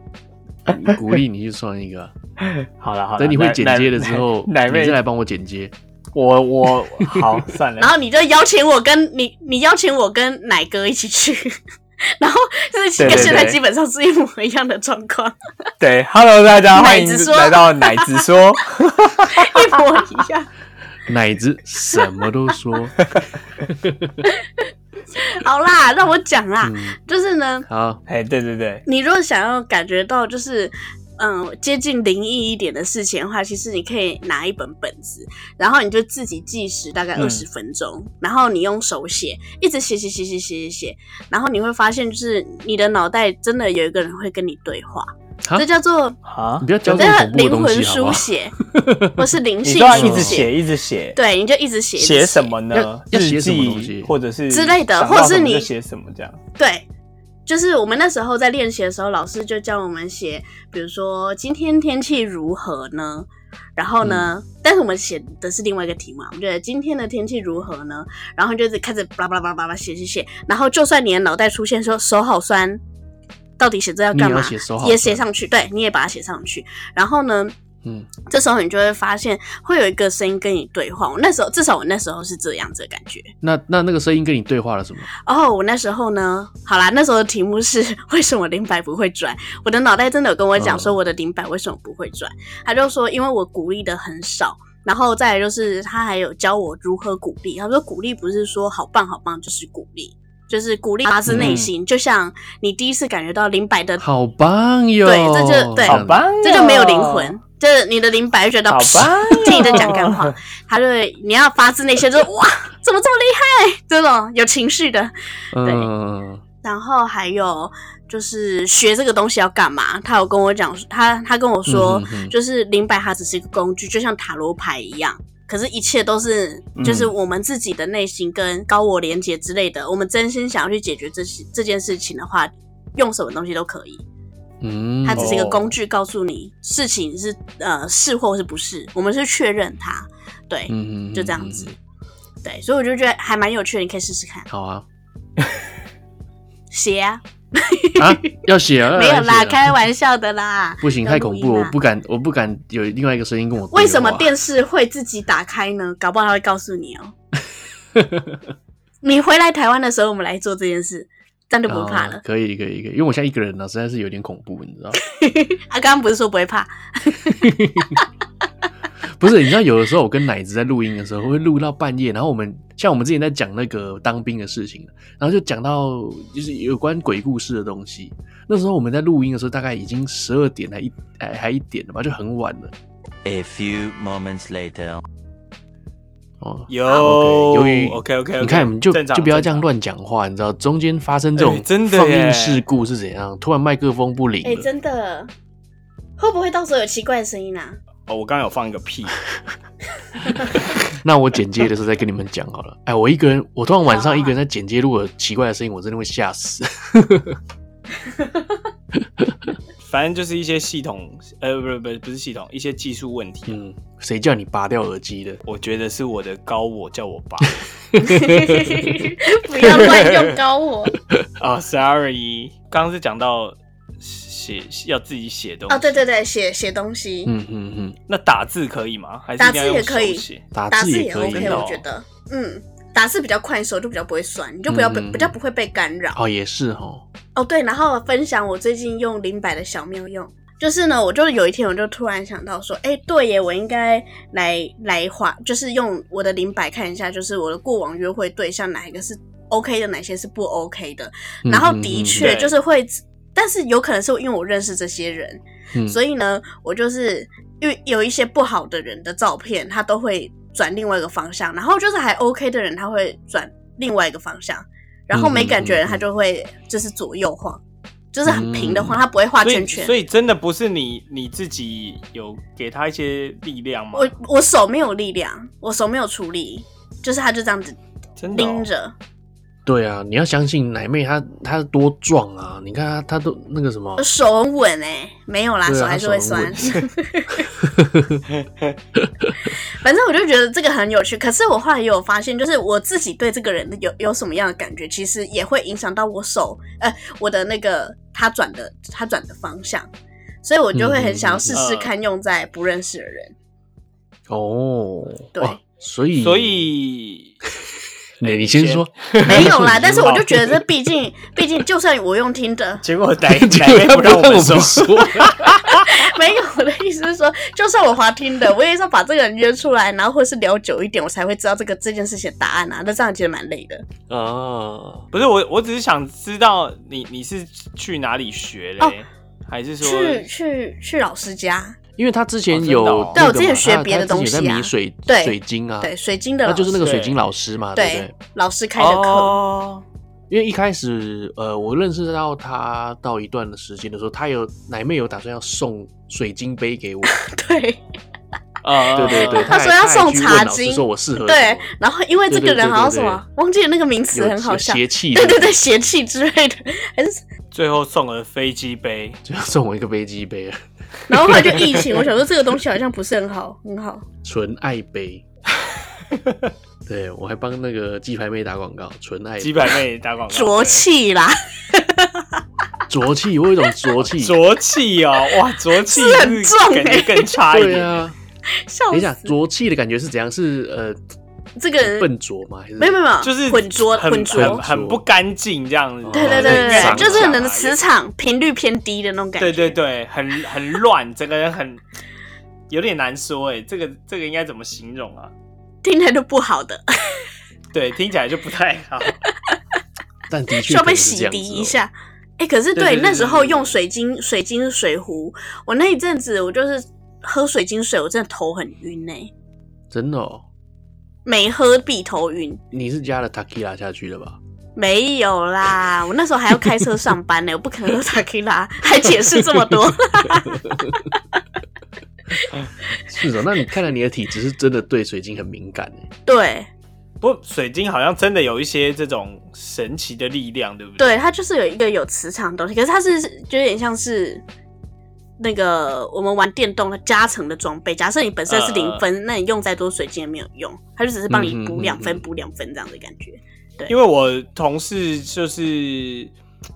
<laughs> 鼓励你去创一个啊、好了好了，等你会奶剪接的时候，奶奶你妹再来帮我剪接。我我好算 <laughs> 了然，后你就邀请我跟你，你邀请我跟奶哥一起去， <laughs> 然后就是对跟对现在对基本上是一模一样的状况， <laughs> 对，Hello 大家，欢奶迎子说来到奶子 <laughs> 说，一模一样。奶子什么都说， <laughs> 好啦，让我讲啦，嗯，就是呢，好，哎，对对对，你如果想要感觉到就是。嗯，接近灵异一点的事情的话，其实你可以拿一本本子，然后你就自己计时大概嗯二十分钟，然后你用手写，一直写写写写写写写，然后你会发现，就是你的脑袋真的有一个人会跟你对话，啊这叫做啊你，不要教这这叫种恐怖的灵东魂西好不书好？写，或是灵你性都哦要啊一书直写，一直写，对，你就一直写一直写什么呢要？要日写什么东西记或者是之类的想或到是什么你就写什么这样。对，就是我们那时候在练习的时候，老师就教我们写，比如说今天天气如何呢？然后呢，嗯但是我们写的是另外一个题目啊，我们觉得今天的天气如何呢？然后就是开始巴拉巴拉巴拉巴拉写写写，然后就算你的脑袋出现说手好酸，到底写这要你也干嘛要写手好？酸也写上去，对，你也把它写上去。然后呢，嗯，这时候你就会发现会有一个声音跟你对话。我那时候至少我那时候是这样子的感觉。那那那个声音跟你对话了什么？哦，我那时候呢，好啦，那时候的题目是为什么零百不会转？我的脑袋真的有跟我讲说嗯我的零百为什么不会转，他就说因为我鼓励的很少，然后再来就是他还有教我如何鼓励，他说鼓励不是说好棒好棒就是鼓励，就是鼓励发自内心，就像你第一次感觉到零百的，好棒哟！呃对这就对样好吧，这就没有灵魂，就是你的零百就觉得好吧 <laughs> 噗自己在讲干话，他就会你要发自内心就是哇怎么这么厉害这种有情绪的，嗯，然后还有就是学这个东西要干嘛？他有跟我讲，他他跟我说嗯，哼哼就是灵摆它只是一个工具，就像塔罗牌一样。可是，一切都是嗯就是我们自己的内心跟高我连接之类的。我们真心想要去解决这些这件事情的话，用什么东西都可以。嗯，它只是一个哦工具，告诉你事情是呃是或是不是，我们是确认它。对，嗯就这样子。对，所以我就觉得还蛮有趣的，你可以试试看好啊，写啊。 <laughs> 啊，要写啊，没有啦，要写啊开玩笑的啦。不行，要太恐怖了，录音我啦不敢，我不敢有另外一个声音跟我啊对话。为什么电视会自己打开呢？搞不好他会告诉你哦、 <laughs> 你回来台湾的时候，我们来做这件事，这样就不会怕了哦。可以，可以，可以，因为我现在一个人呢，实在是有点恐怖，你知道？啊，刚刚不是说不会怕？不是，你知道有的时候我跟奶子在录音的时候，会录到半夜，然后我们像我们之前在讲那个当兵的事情，然后就讲到就是有关鬼故事的东西。那时候我们在录音的时候，大概已经十二点还一还还一点了吧，就很晚了 <laughs> A few moments later. 哦。有， OK，由于 OK OK，你看，你就就不要这样乱讲话，你知道中间发生这种哎真的放耶映事故是怎样？突然麦克风不灵哎、了，真的，会不会到时候有奇怪的声音 <laughs> 啊？哦，我刚刚有放一个屁， <laughs> 那我剪接的时候再跟你们讲好了。哎，我一个人，我通常晚啊上一个人在剪接，如果有奇怪的声音，我真的会吓死。反正就是一些系统，呃，不是不是不是系统，一些技术问题啊。嗯， <laughs> 谁叫你拔掉耳机的？我觉得是我的高我叫我爸不要乱用高 <laughs> 我 <laughs> 啊，sorry，刚刚是讲到写要自己写东西哦！对对，对，写写东西，嗯嗯嗯，那打字可以吗？还是打一字定要用也可以手写打打字字也也可以 OK，哦我觉得，嗯，打字比较快手，就比较不会酸，你就不要被、嗯比较不会被干扰。哦，也是哦。哦，对，然后分享我最近用零百的小妙用，就是呢，我就有一天我就突然想到说，哎，对耶，我应该来来划，就是用我的零百看一下，就是我的过往约会对象哪一个是 OK 的，哪些是不 OK 的。嗯然后嗯的嗯确对就是会，但是有可能是因为我认识这些人，嗯所以呢，我就是因为有一些不好的人的照片，他都会转另外一个方向，然后就是还 OK 的人，他会转另外一个方向，然后没感觉的人嗯嗯嗯他就会就是左右晃，就是很平的晃，他不会嗯画所圈以圈所。以真的不是你你自己有给他一些力量吗？我我手没有力量，我手没有出力，就是他就这样子真的哦、拎着，对啊，你要相信奶妹她她多壮啊！你看她她都那个什么我，手很稳哎、没有啦，对啊手还是会酸她。手反正我就觉得这个很有趣。可是我后来也有发现，就是我自己对这个人有有什么样的感觉，其实也会影响到我手，呃，我的那个他转的他转的方向。所以我就会很想要嗯试试看用在不认识的 <laughs> 人。哦，对哇，所以所以你你先说，没有啦，但是我就觉得这毕 <laughs> 竟毕竟，就算我用听的， <laughs> 结果奶结奶果妹她不让我我们们说，说， <laughs> 没有我的意思是说，就算我滑听的，我也是要把这个人约出来，然后或是聊久一点，我才会知道这个这件事情的答案啊。那这样其实蛮累的。啊， <laughs> 不是我，我只是想知道你你是去哪里学嘞，哦还是说去去去老师家，因为她之前哦真的有哦那个嘛，对我之前学她别的她之前东西啊有在迷水对水晶啊，对水晶的那老就师，是那个水晶对老师嘛，对不对对？老师开的课。哦因为一开始，呃，我认识到她到一段的时间的时候，她有奶妹有打算要送水晶杯给 <laughs> 我，对呃，对对对，她还哦说要她还送去茶问老师巾说我适合什对么，然后因为这个人好像什么对对对，忘记了那个名词有很好笑，邪 <laughs> 气的，对对对，邪气之类 <laughs> 的，还是最后送了飞机杯，就要送我一个飞机杯，啊然后后来就疫情，我想说这个东西好像不是很好，很哦好，纯爱杯。对，我还帮那个鸡排妹打广告，纯爱杯鸡排妹打广告，浊气啦，浊气，我有一种 <laughs> 浊气对，。浊气哦，哇，浊气是是很重感欸觉更差一对点，啊，笑等一下，死。浊气的感觉是怎样？是呃这个人笨拙吗？还是没有没有没有，就是混浊很混很浊，很不干净这样子，对对对对很对，脏就是很人的磁场频率偏低的那种感觉。对对对，很很乱，整个人很有点难说哎、这个这个应该怎么形容啊？听起来都不好的，对，听起来就不太好。但的确 <laughs> 需要被可能是这洗样涤子一哦。下。哎、可是对对对对那时候对对用水晶、水晶水壶，我那一阵子我就是喝水晶水，我真的头很晕呢、真的哦，每喝必头晕。你是加了 tequila 下去的吧？没有啦，我那时候还要开车上班欸呢、我不可能喝 <laughs> t a k i l a 还解释这么多。 <laughs> 是的，那你看来你的体质是真的对水晶很敏感欸诶。对不过水晶好像真的有一些这种神奇的力量，对不对？对，它就是有一个有磁场的东西，可是它是就有点像是那个我们玩电动它加成的装备。假设你本身嗯是零分，那你用再多水晶也没有用，它就只是帮你嗯嗯嗯补两分、嗯补两分这样的感觉。因为我同事就是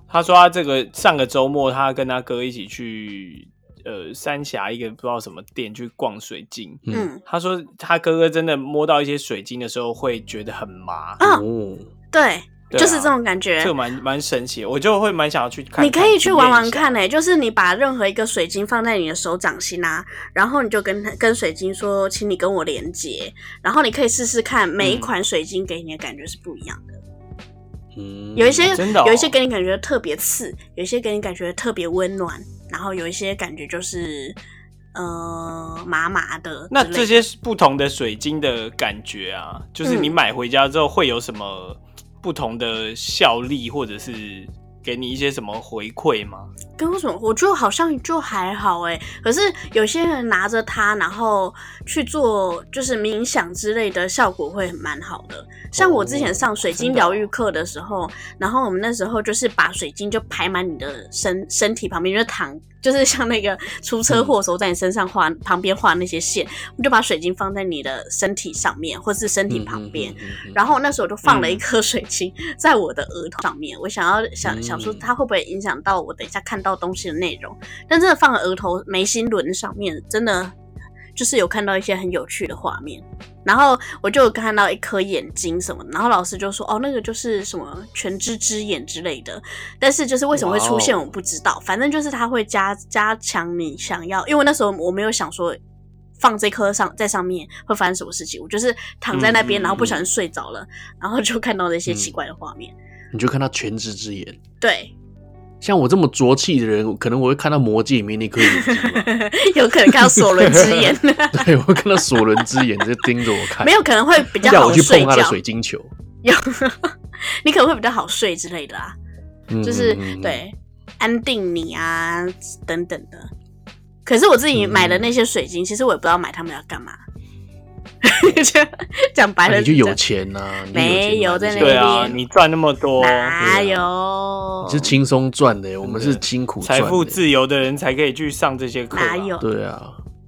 他说他这个上个周末他跟他哥一起去呃三峡一个不知道什么店去逛水晶，嗯嗯，他说他哥哥真的摸到一些水晶的时候会觉得很麻，啊哦，对，对啊就是这种感觉。这个蛮蛮神奇的，我就会蛮想要去看看你可以去玩玩看欸体呢、就是你把任何一个水晶放在你的手掌心啊，然后你就跟它跟水晶说，请你跟我连接，然后你可以试试看嗯每一款水晶给你的感觉是不一样的，嗯，有一些、真的哦有一些给你感觉特别刺，有一些给你感觉特别温暖，然后有一些感觉就是呃麻麻的之类的。那这些不同的水晶的感觉啊，就是你嗯买回家之后会有什么不同的效力，或者是给你一些什么回馈吗？跟为什么？我就好像就还好哎、可是有些人拿着它，然后去做就是冥想之类的，效果会蛮好的。像我之前上水晶真的哦疗愈课的时候，然后我们那时候就是把水晶就排满你的身身体旁边，就是躺，就是像那个出车祸的时候在你身上画、旁边画那些线，我们就把水晶放在你的身体上面，或是身体旁边。嗯，然后后那时候我就放了一颗水晶在我的额头上面，我想要想想说嗯它会不会影响到我等一下看到东西的内容，但真的放了额头眉心轮上面，真的就是有看到一些很有趣的画面。然后我就有看到一颗眼睛什么的，然后老师就说：“哦，那个就是什么全知之眼之类的。”但是就是为什么会出现哇哦我不知道，反正就是它会加加强你想要，因为那时候我没有想说放这颗上在上面会发生什么事情，我就是躺在那边，嗯嗯然后不小心睡着了，然后就看到了一些嗯奇怪的画面。你就看到全知之眼。对， <laughs> 像我这么浊气的人，可能我会看到魔界里面那颗眼睛吧。 <laughs> 有可能看到索伦 <laughs> 之眼，对，我会看到索伦之眼直接盯着我看，没有可能会比较叫好我去睡碰他的觉。水晶球。有，你可能会比较好睡之类的啊，嗯就是、嗯嗯嗯对安定你啊等等的。可是我自己嗯买的那些水晶，其实我也不知道买它们要干嘛。 <laughs> 就讲白啊了，你就有，钱呐、你就没有有钱买在这些那对啊，边你赚那么多，哪对啊有你？是轻松赚的，我们是真的辛苦赚财的富自由的人才可以去上这些课、哪？有？对啊，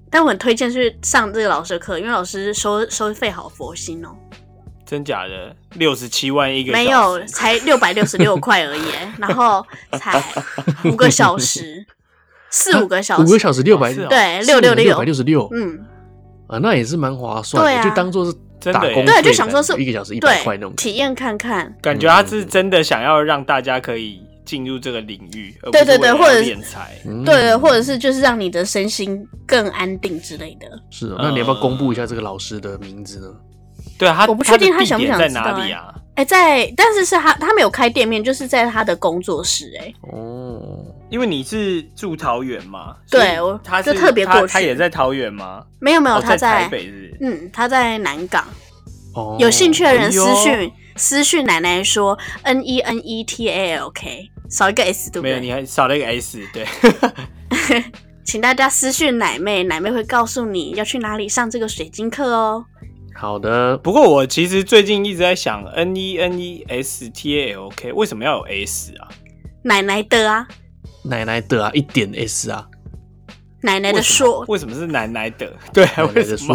但我很推荐去上这个老师的课，因为老师收收费好佛心哦、真假的？六十七万一个小时没有，才六百六十 <laughs> 六块而已耶，然后才五个 <laughs> 小时，四五个小时，啊五个小时六百、哦是哦对四666六百六十六，嗯，啊，那也是蛮划算的，对啊就当做是真打的耶工费对就感想说是一个小时一百块那对种，感觉，体验看看，感觉他是真的想要让大家可以进入这个领域，而不对是对对为了或者是敛财。嗯对，或者是就是让你的身心更安定之类的。是哦，呃那你要不要公布一下这个老师的名字呢？对啊他，我不确定他他想不想的地知点道在哪里啊？哎、在，但是是他他没有开店面，就是在他的工作室、哎，哦，因为你是住桃园嘛，所对以我他是就特别过去他他也在桃园吗？没有没有，哦他在台北是不是嗯，他在南港。哦，有兴趣的人私哎讯私讯奶奶说 N E N E T A L K，少一个 S 对不没有，你对？还少了一个 S，对， <laughs> 请大家私讯奶妹，奶妹会告诉你要去哪里上这个水晶课哦。好的，不过我其实最近一直在想，N E N E S T A L K 为什么要有 S 啊？奶奶的啊，奶奶的啊，一点 S 啊，奶奶的为什么说，为什么是奶奶的？对，啊奶奶为的什么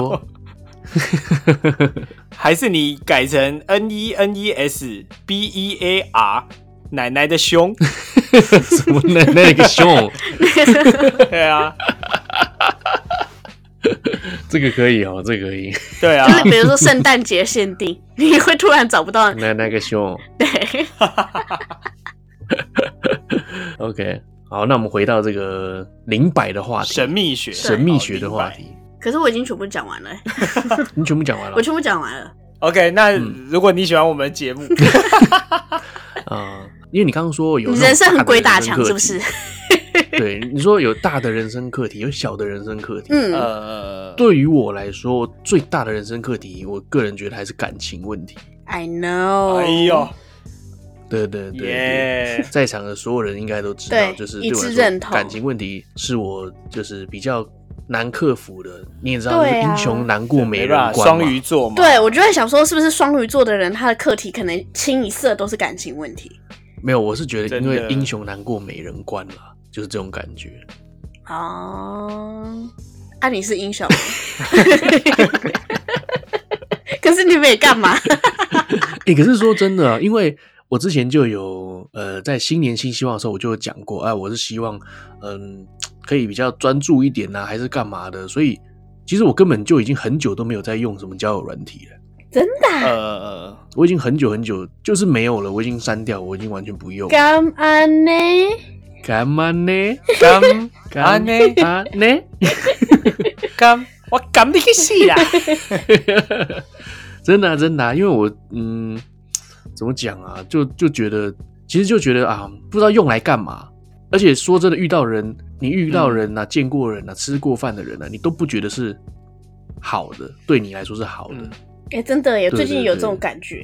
说？还是你改成 N E N E S B E A R 奶奶的 <laughs> 胸？什么奶奶个胸，对啊，这个可以哦，这个可以，对啊 <laughs> 就，是比如说圣诞节限定， <laughs> 你会突然找不到。嗯奶奶个胸对， ，OK，好，那我们回到这个灵摆的话题，神秘哦学，神秘学的话好。明白题，可是我已经全部 <laughs> 讲完了、你全部讲完了我全部讲完了。 OK，那嗯如果你喜欢我们 <laughs> 的节目，啊、因为你刚刚说有你那种人生很鬼大打的人生墙课是不是题？？ <laughs> 对，你说有大的人生课题，有小的人生课题。嗯，呃，对于我来说，最大的人生课题，我个人觉得还是感情问题。 I know。啊哎呦，对对对对耶， <laughs> 在场的所有人应该都知道，对就是一对我致来认说，同感情问题是我就是比较难克服的。你也知道，就是对啊英雄难过美没人办关法，嘛。双鱼座嘛，对，我就在想说，是不是双鱼座的人，他的课题可能清一色都是感情问题没有，我是觉得因为真的英雄难过美人关啦，就是这种感觉。哦。啊，你是 <laughs> 英雄，可是你们也干嘛？哎、可是说真的啊，因为我之前就有呃，在新年新希望的时候，我就有讲过，哎、我是希望嗯，可以比较专注一点啊呐、还是干嘛的？所以其实我根本就已经很久都没有在用什么交友软体了，真的啊、呃，我已经很久很久就是没有了，我已经删掉，我已经完全不用。干嘛呢？干嘛呢？干干安呢啊呢？干， <laughs> 我干你个屁啦！ <laughs> 真的啊、真的啊、因为我嗯，怎么讲啊？就就觉得，其实就觉得啊，不知道用来干嘛。而且说真的，遇到人，你遇到人呐、见过人呐、啊吃过饭的人呐、你都不觉得是好的，对你来说是好的，嗯哎、真的耶，对最近有对这种对感觉。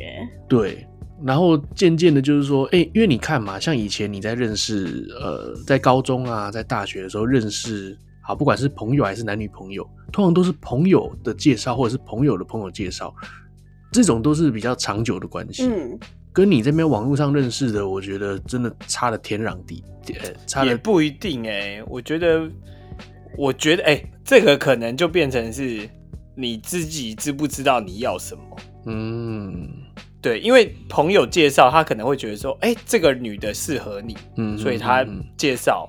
对。然后渐渐的，就是说，哎、因为你看嘛，像以前你在认识，呃，在高中啊，在大学的时候认识，好，不管是朋友还啊是男女朋友，通常都是朋友的介绍，或者是朋友的朋友介绍，这种都是比较长久的关系。嗯，跟你这边网络上认识的，我觉得真的差的天壤地，呃，差也的不一定哎、我觉得，我觉得哎、这个可能就变成是你自己知不知道你要什么。嗯对，因为朋友介绍，他可能会觉得说，哎、这个女的适合你，嗯，所以他嗯嗯介绍。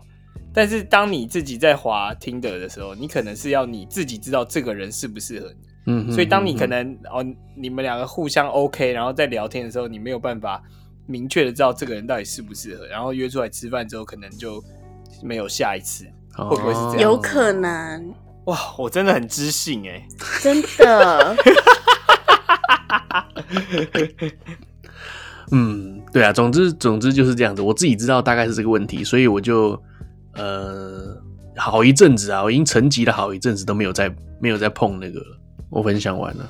但是当你自己在滑听的的时候，你可能是要你自己知道这个人适不适合你。嗯嗯所以当你嗯可能哦，你们两个互相 OK，然后在聊天的时候，你没有办法明确的知道这个人到底适不适合，然后约出来吃饭之后，可能就没有下一次。哦会不会是这样有可能，哇，我真的很知性哎、真的。 <laughs> 嗯，对啊，总之总之就是这样子，我自己知道大概是这个问题，所以我就呃好一阵子啊，我已经沉寂了好一阵子都没有再没有再碰那个了。我分享完了，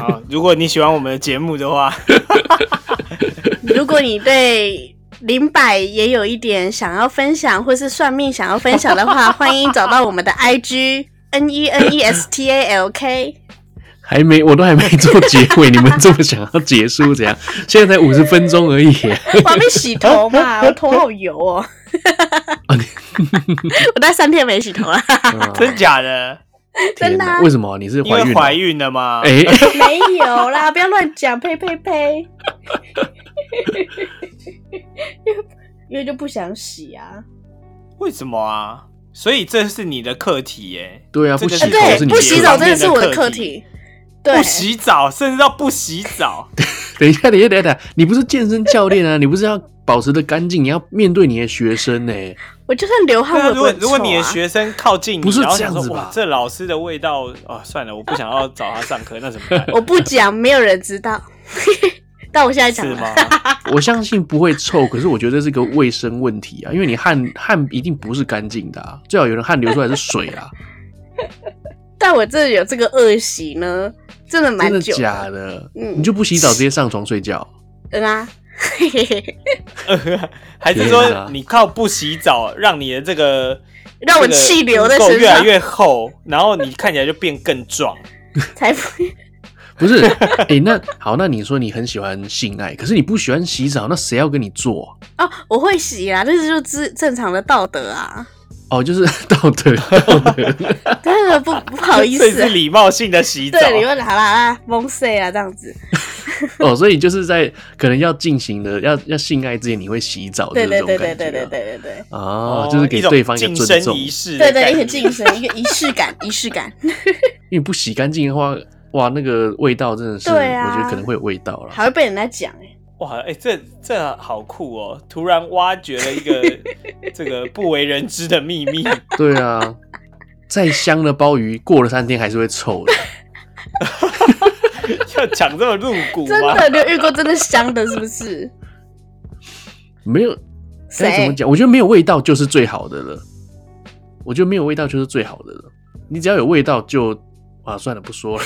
好，如果你喜欢我们的节目 <laughs> 的话，如果你对灵摆也有一点想要分享，或是算命想要分享的 <laughs> 话，欢迎找到我们的 IG N E N E S T A L K。还没，我都还没做结尾，你们这么想要结束怎样？ <laughs> 现在才五十分钟而已，我还没洗头嘛，我头好油哦。 <laughs> 我大概三天没洗头了，啊真假的？天真的哪啊为什么你是因怀为孕？怀？啊孕了嘛。哎，没有啦，不要乱讲，呸呸呸。因为就不想洗啊，为什么啊？所以这是你的课题耶、对啊，这不个洗哎，是头是你对，不的洗事澡真的是我的课题。对，不洗澡，甚至到不洗 <laughs> 澡，等一下，等一下，等一下，你不是健身教练啊？你不是要保持的干净？你要面对你的学生欸呢、我就算流对汗，啊，我也如果不会很如果你的臭啊学生靠近你，不是然后这想样说子哇吧，这老师的味道啊，算了，我不想要找他上课，那怎么 <laughs> 办？我不讲，没有人知道。但我现在讲是了，吗？我相信不会臭，可是我觉得这是个卫生问题啊，因为你汗汗一定不是干净的、啊，最好有人汗流出来是水啊啦、但我这有这个恶习呢，真的 <laughs> 蛮真的久假的？嗯你就不洗澡直接上床睡觉？嗯啊，嘿嘿嘿，还是天说哪你靠不洗澡，让你的这个 <laughs> 让我气流在这个身污垢越来上，越厚，然后你看起来就变更壮？才不不是？哎、那好，那你说你很喜欢性爱，可是你不喜欢洗澡，那谁要跟你做？哦，我会洗啦，这是就正正常的道德啊，哦，就是 <laughs> 道德，道德。真的不不好意所以思是啊，礼貌性的洗澡。对，你问好啦啊，蒙塞啊这样子，哦，所以就是在可能要进行的要要性爱之前，你会洗澡，对就是这种对对感觉对啊对对对对对。哦，就是给对方一个种尊晋重升，仪式，对对，一个晋升，一个仪式感，仪式感。因为不洗干净的话，哇，那个味道真的是，对啊我觉得可能会有味道了。 <laughs> 还会被人家讲哎、哇，哎、这这好酷哦！突然挖掘了一 <laughs> 个这个不为人知的秘密，对啊，再香的鲍鱼过了三天还是会臭的。要讲这么露骨真吗？的，你有遇过真的香的，是不是？没有 <laughs> 该怎谁么？讲？我觉得没有味道就是最好的了。我觉得没有味道就是最好的了。你只要有味道就啊，算了，不说了。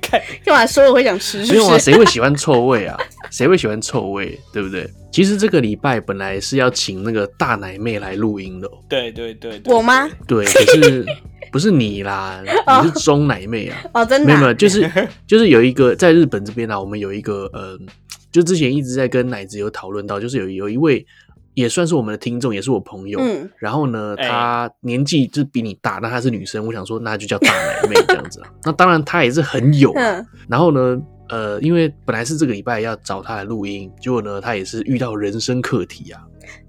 看干嘛说我会想吃？是没有不啊，是？谁会喜欢臭味啊？谁会喜欢臭味？对不对？其实这个礼拜本来是要请那个大奶妹来录音的哦、对对对对，我吗？对，可是 <laughs> 不是你啦，你是中奶妹啊。哦，真没的、有没啊有，。 <laughs> 就是就是有一个在日本这边啊，我们有一个呃，就之前一直在跟奶子有讨论到，就是有有一位也算是我们的听众，也是我朋友。嗯，然后呢，哎她年纪就是比你大，那她是女生，我想说那就叫大奶妹这样子 <laughs> 啊。那当然她也是很有啊、嗯，然后呢，呃，因为本来是这个礼拜要找她来录音，结果呢，她也是遇到人生课题啊。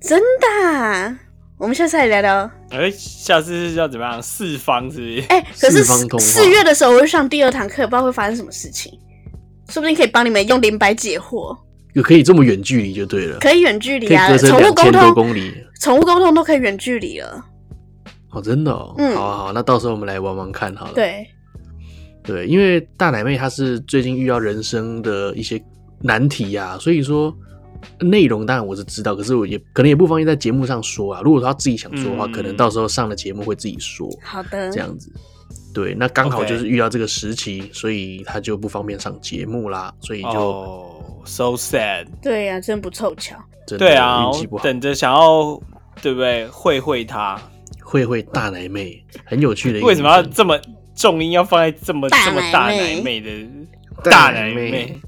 真的、啊。我们下次来聊聊。哎、下次是要怎么样？四方是不是？哎、可四是方通话四月的时候我会上第二堂课，不知道会发生什么事情，说不定可以帮你们用灵摆解惑，有可以这么远距离就对了，可以远距可离以啊，隔宠成物两沟千多通，公里。宠物沟通都可以远距离了。哦，真的哦，嗯好啊好，那到时候我们来玩玩看好了。对，对，因为大奶妹她是最近遇到人生的一些难题呀、所以说内容当然我是知道，可是我也可能也不方便在节目上说啊。如果她自己想说的话，嗯可能到时候上了节目会自己说好的这，样子。对，那刚好 OK 就是遇到这个时期所以她就不方便上节目啦，所以就哦、s o sad。对呀、真不凑巧。真的对啊，运气不我好。等着想要对不对？会会他，慧慧大奶妹很有趣的一个为什么要女生这么重音要放在这么大这么奶大妹奶妹的大大奶奶妹妹？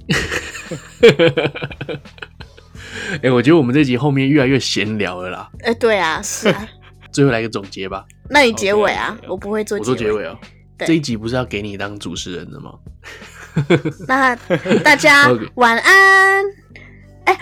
哎、我觉得我们这集后面越来越闲聊了啦。哎、对啊，是 <laughs> 啊。最后来个总结吧，那你结尾啊 OK，OK，OK 我不会做我做结尾尾哦、对这一集不是要给你当主持人的吗？那大家 OK 晚安。哎、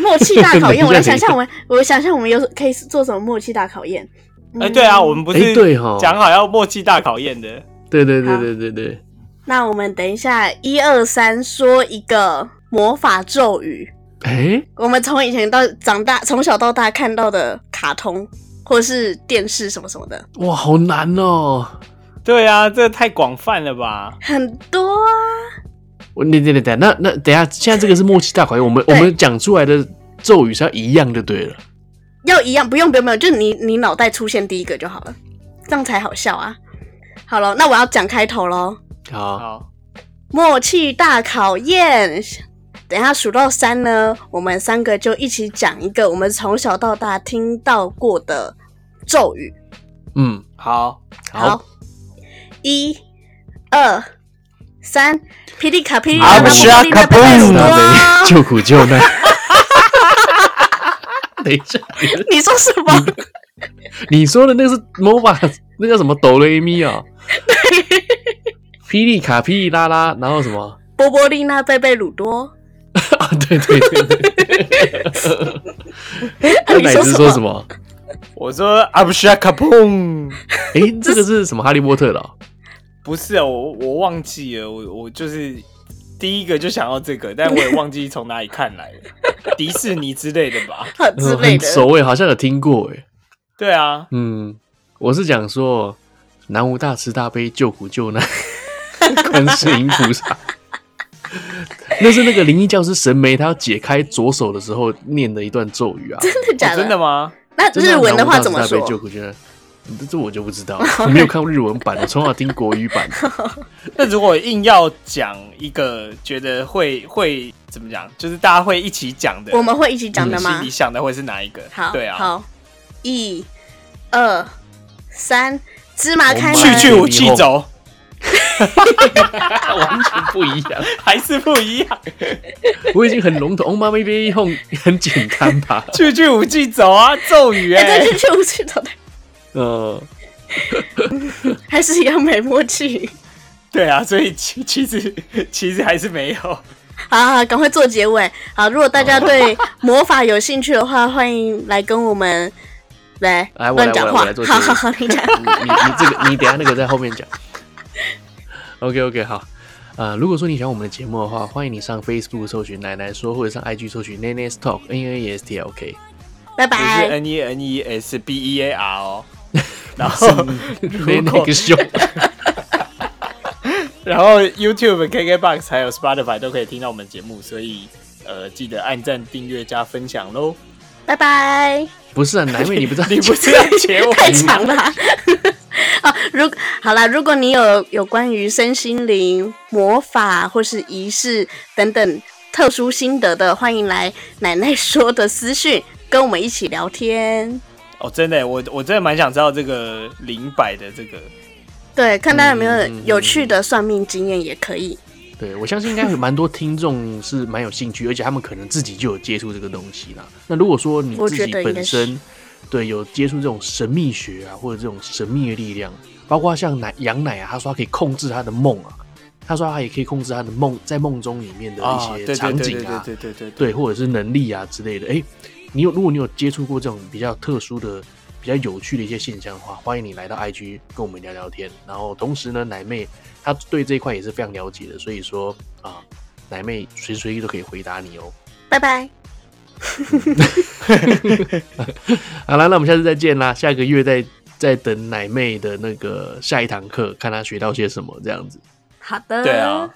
默契大考等验，一下我来想象等我们，我想象我们有可以做什么默契大考验。嗯哎、对啊，我们不哎是对吼讲好要默契大考验的，对对对好对对对，那我们等一下一二三说一个魔法咒语，哎、我们从以前到长大，从小到大看到的卡通或是电视什么什么的哇，好难哦！对啊，这太广泛了吧？很多啊。我你你你等那那等一下，现在这个是默契大考验，我们我对们讲出来的咒语是要一样就对了。要一样，不用不用不用，就你你脑袋出现第一个就好了，这样才好笑啊。好了，那我要讲开头喽。好，好，默契大考验。等一下数到三呢，我们三个就一起讲一个我们从小到大听到过的咒语。嗯，好，好，一、二、三，霹雳卡霹雳啊卡，不是那啊霹雳卡卡嘣贝鲁多那得救苦救难。 <laughs> 等一下， <laughs> 你说什么？ <laughs> 你说的那个是 MOBA，那叫什么哆来咪啊？霹雳卡霹雳拉拉，然后什么？波波丽娜贝贝鲁多，啊，对对对对。啊那 <laughs> 你乃说是什说么什么？我说 abshakapum，诶，这个是什么哈利波特的哦、不是啊，我我忘记了，我我就是第一个就想要这个，但我也忘记从哪里看来 <laughs> 了，迪士尼之类的吧？啊之嗯类 <laughs> 很的。熟诶，好像有听过诶。对啊，嗯，我是讲说南无大慈大悲救苦救难 <laughs> 观世音菩萨，那是那个灵异教师神媒他要解开左手的时候念的一段咒语啊。真的假哦真的吗？那真的啊日文的话怎么南无大慈大悲救说？苦救难，这这我就不知 <laughs> 道，我没有看过日文版，我从小听国语版。那如果硬要讲一个，觉得会会怎么讲，就是大家会一起讲的，我们会一起嗯讲的心吗里？想的会是哪一个？好，对啊，好，一、二、三，芝麻开我去们去门，武器走， <laughs> 完全不一样。还是不一样，我已经很笼统，哦妈咪咪哄很简单 <laughs> 吧？去去武器走啊，咒语哎，哎、对，去去武器走，呃， <laughs> 还是一样没默契。对啊，所以其其实其实还是没有。好好，好赶快做结尾。好，如果大家对魔法有兴趣的话，欢迎来跟我们来来我乱来我讲来话我来做。结尾好好好，你讲。你你你这个你等一下那个在后面讲。OK OK 好，呃，如果说你喜欢我们的节目的话，欢迎你上 Facebook 搜寻奶奶说，或者上 IG 搜寻 Nenes Talk N N E S T L K。拜不是哎拜。 N E N E S B E A R 哦。然后，那那个秀，然后 YouTube、KKBox 还有 Spotify 都可以听到我们节目，所以呃，记得按赞、订阅、加分享喽。拜拜。不是啊，奶妹你不知道你不是要结尾太吗？长了。 <laughs> 啊，如好啦，如果你有有关于身心灵、魔法或是仪式等等特殊心得的，欢迎来奶奶说的私讯跟我们一起聊天。哦，真的耶，我我真的蛮想知道这个零百的这个，对，看大家有没有嗯嗯嗯有趣的算命经验也可以。对，我相信应该有蛮多听众是蛮有兴趣，而且他们可能自己就有接触这个东西啦。那如果说你我自觉己得应该本是身对有接触这种神秘学啊，或者这种神秘的力量，包括像奶羊奶啊，他说他可以控制他的梦啊，他说他也可以控制他的梦，在梦中里面的啊，一对些对场对景对啊，对对对对，对，或者是能力啊之类的。诶，你有如果你有接触过这种比较特殊的、比较有趣的一些现象的话，欢迎你来到 IG 跟我们聊聊天。然后同时呢，奶妹她对这一块也是非常了解的，所以说啊，奶妹随时随地都可以回答你哦。拜拜。好啦，那我们下次再见啦，下个月再再等奶妹的那个下一堂课，看她学到些什么这样子。好的，对啊，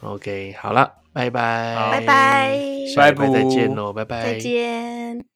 OK，好啦，拜拜，好拜拜，下礼拜拜再拜见喽，拜拜，再见。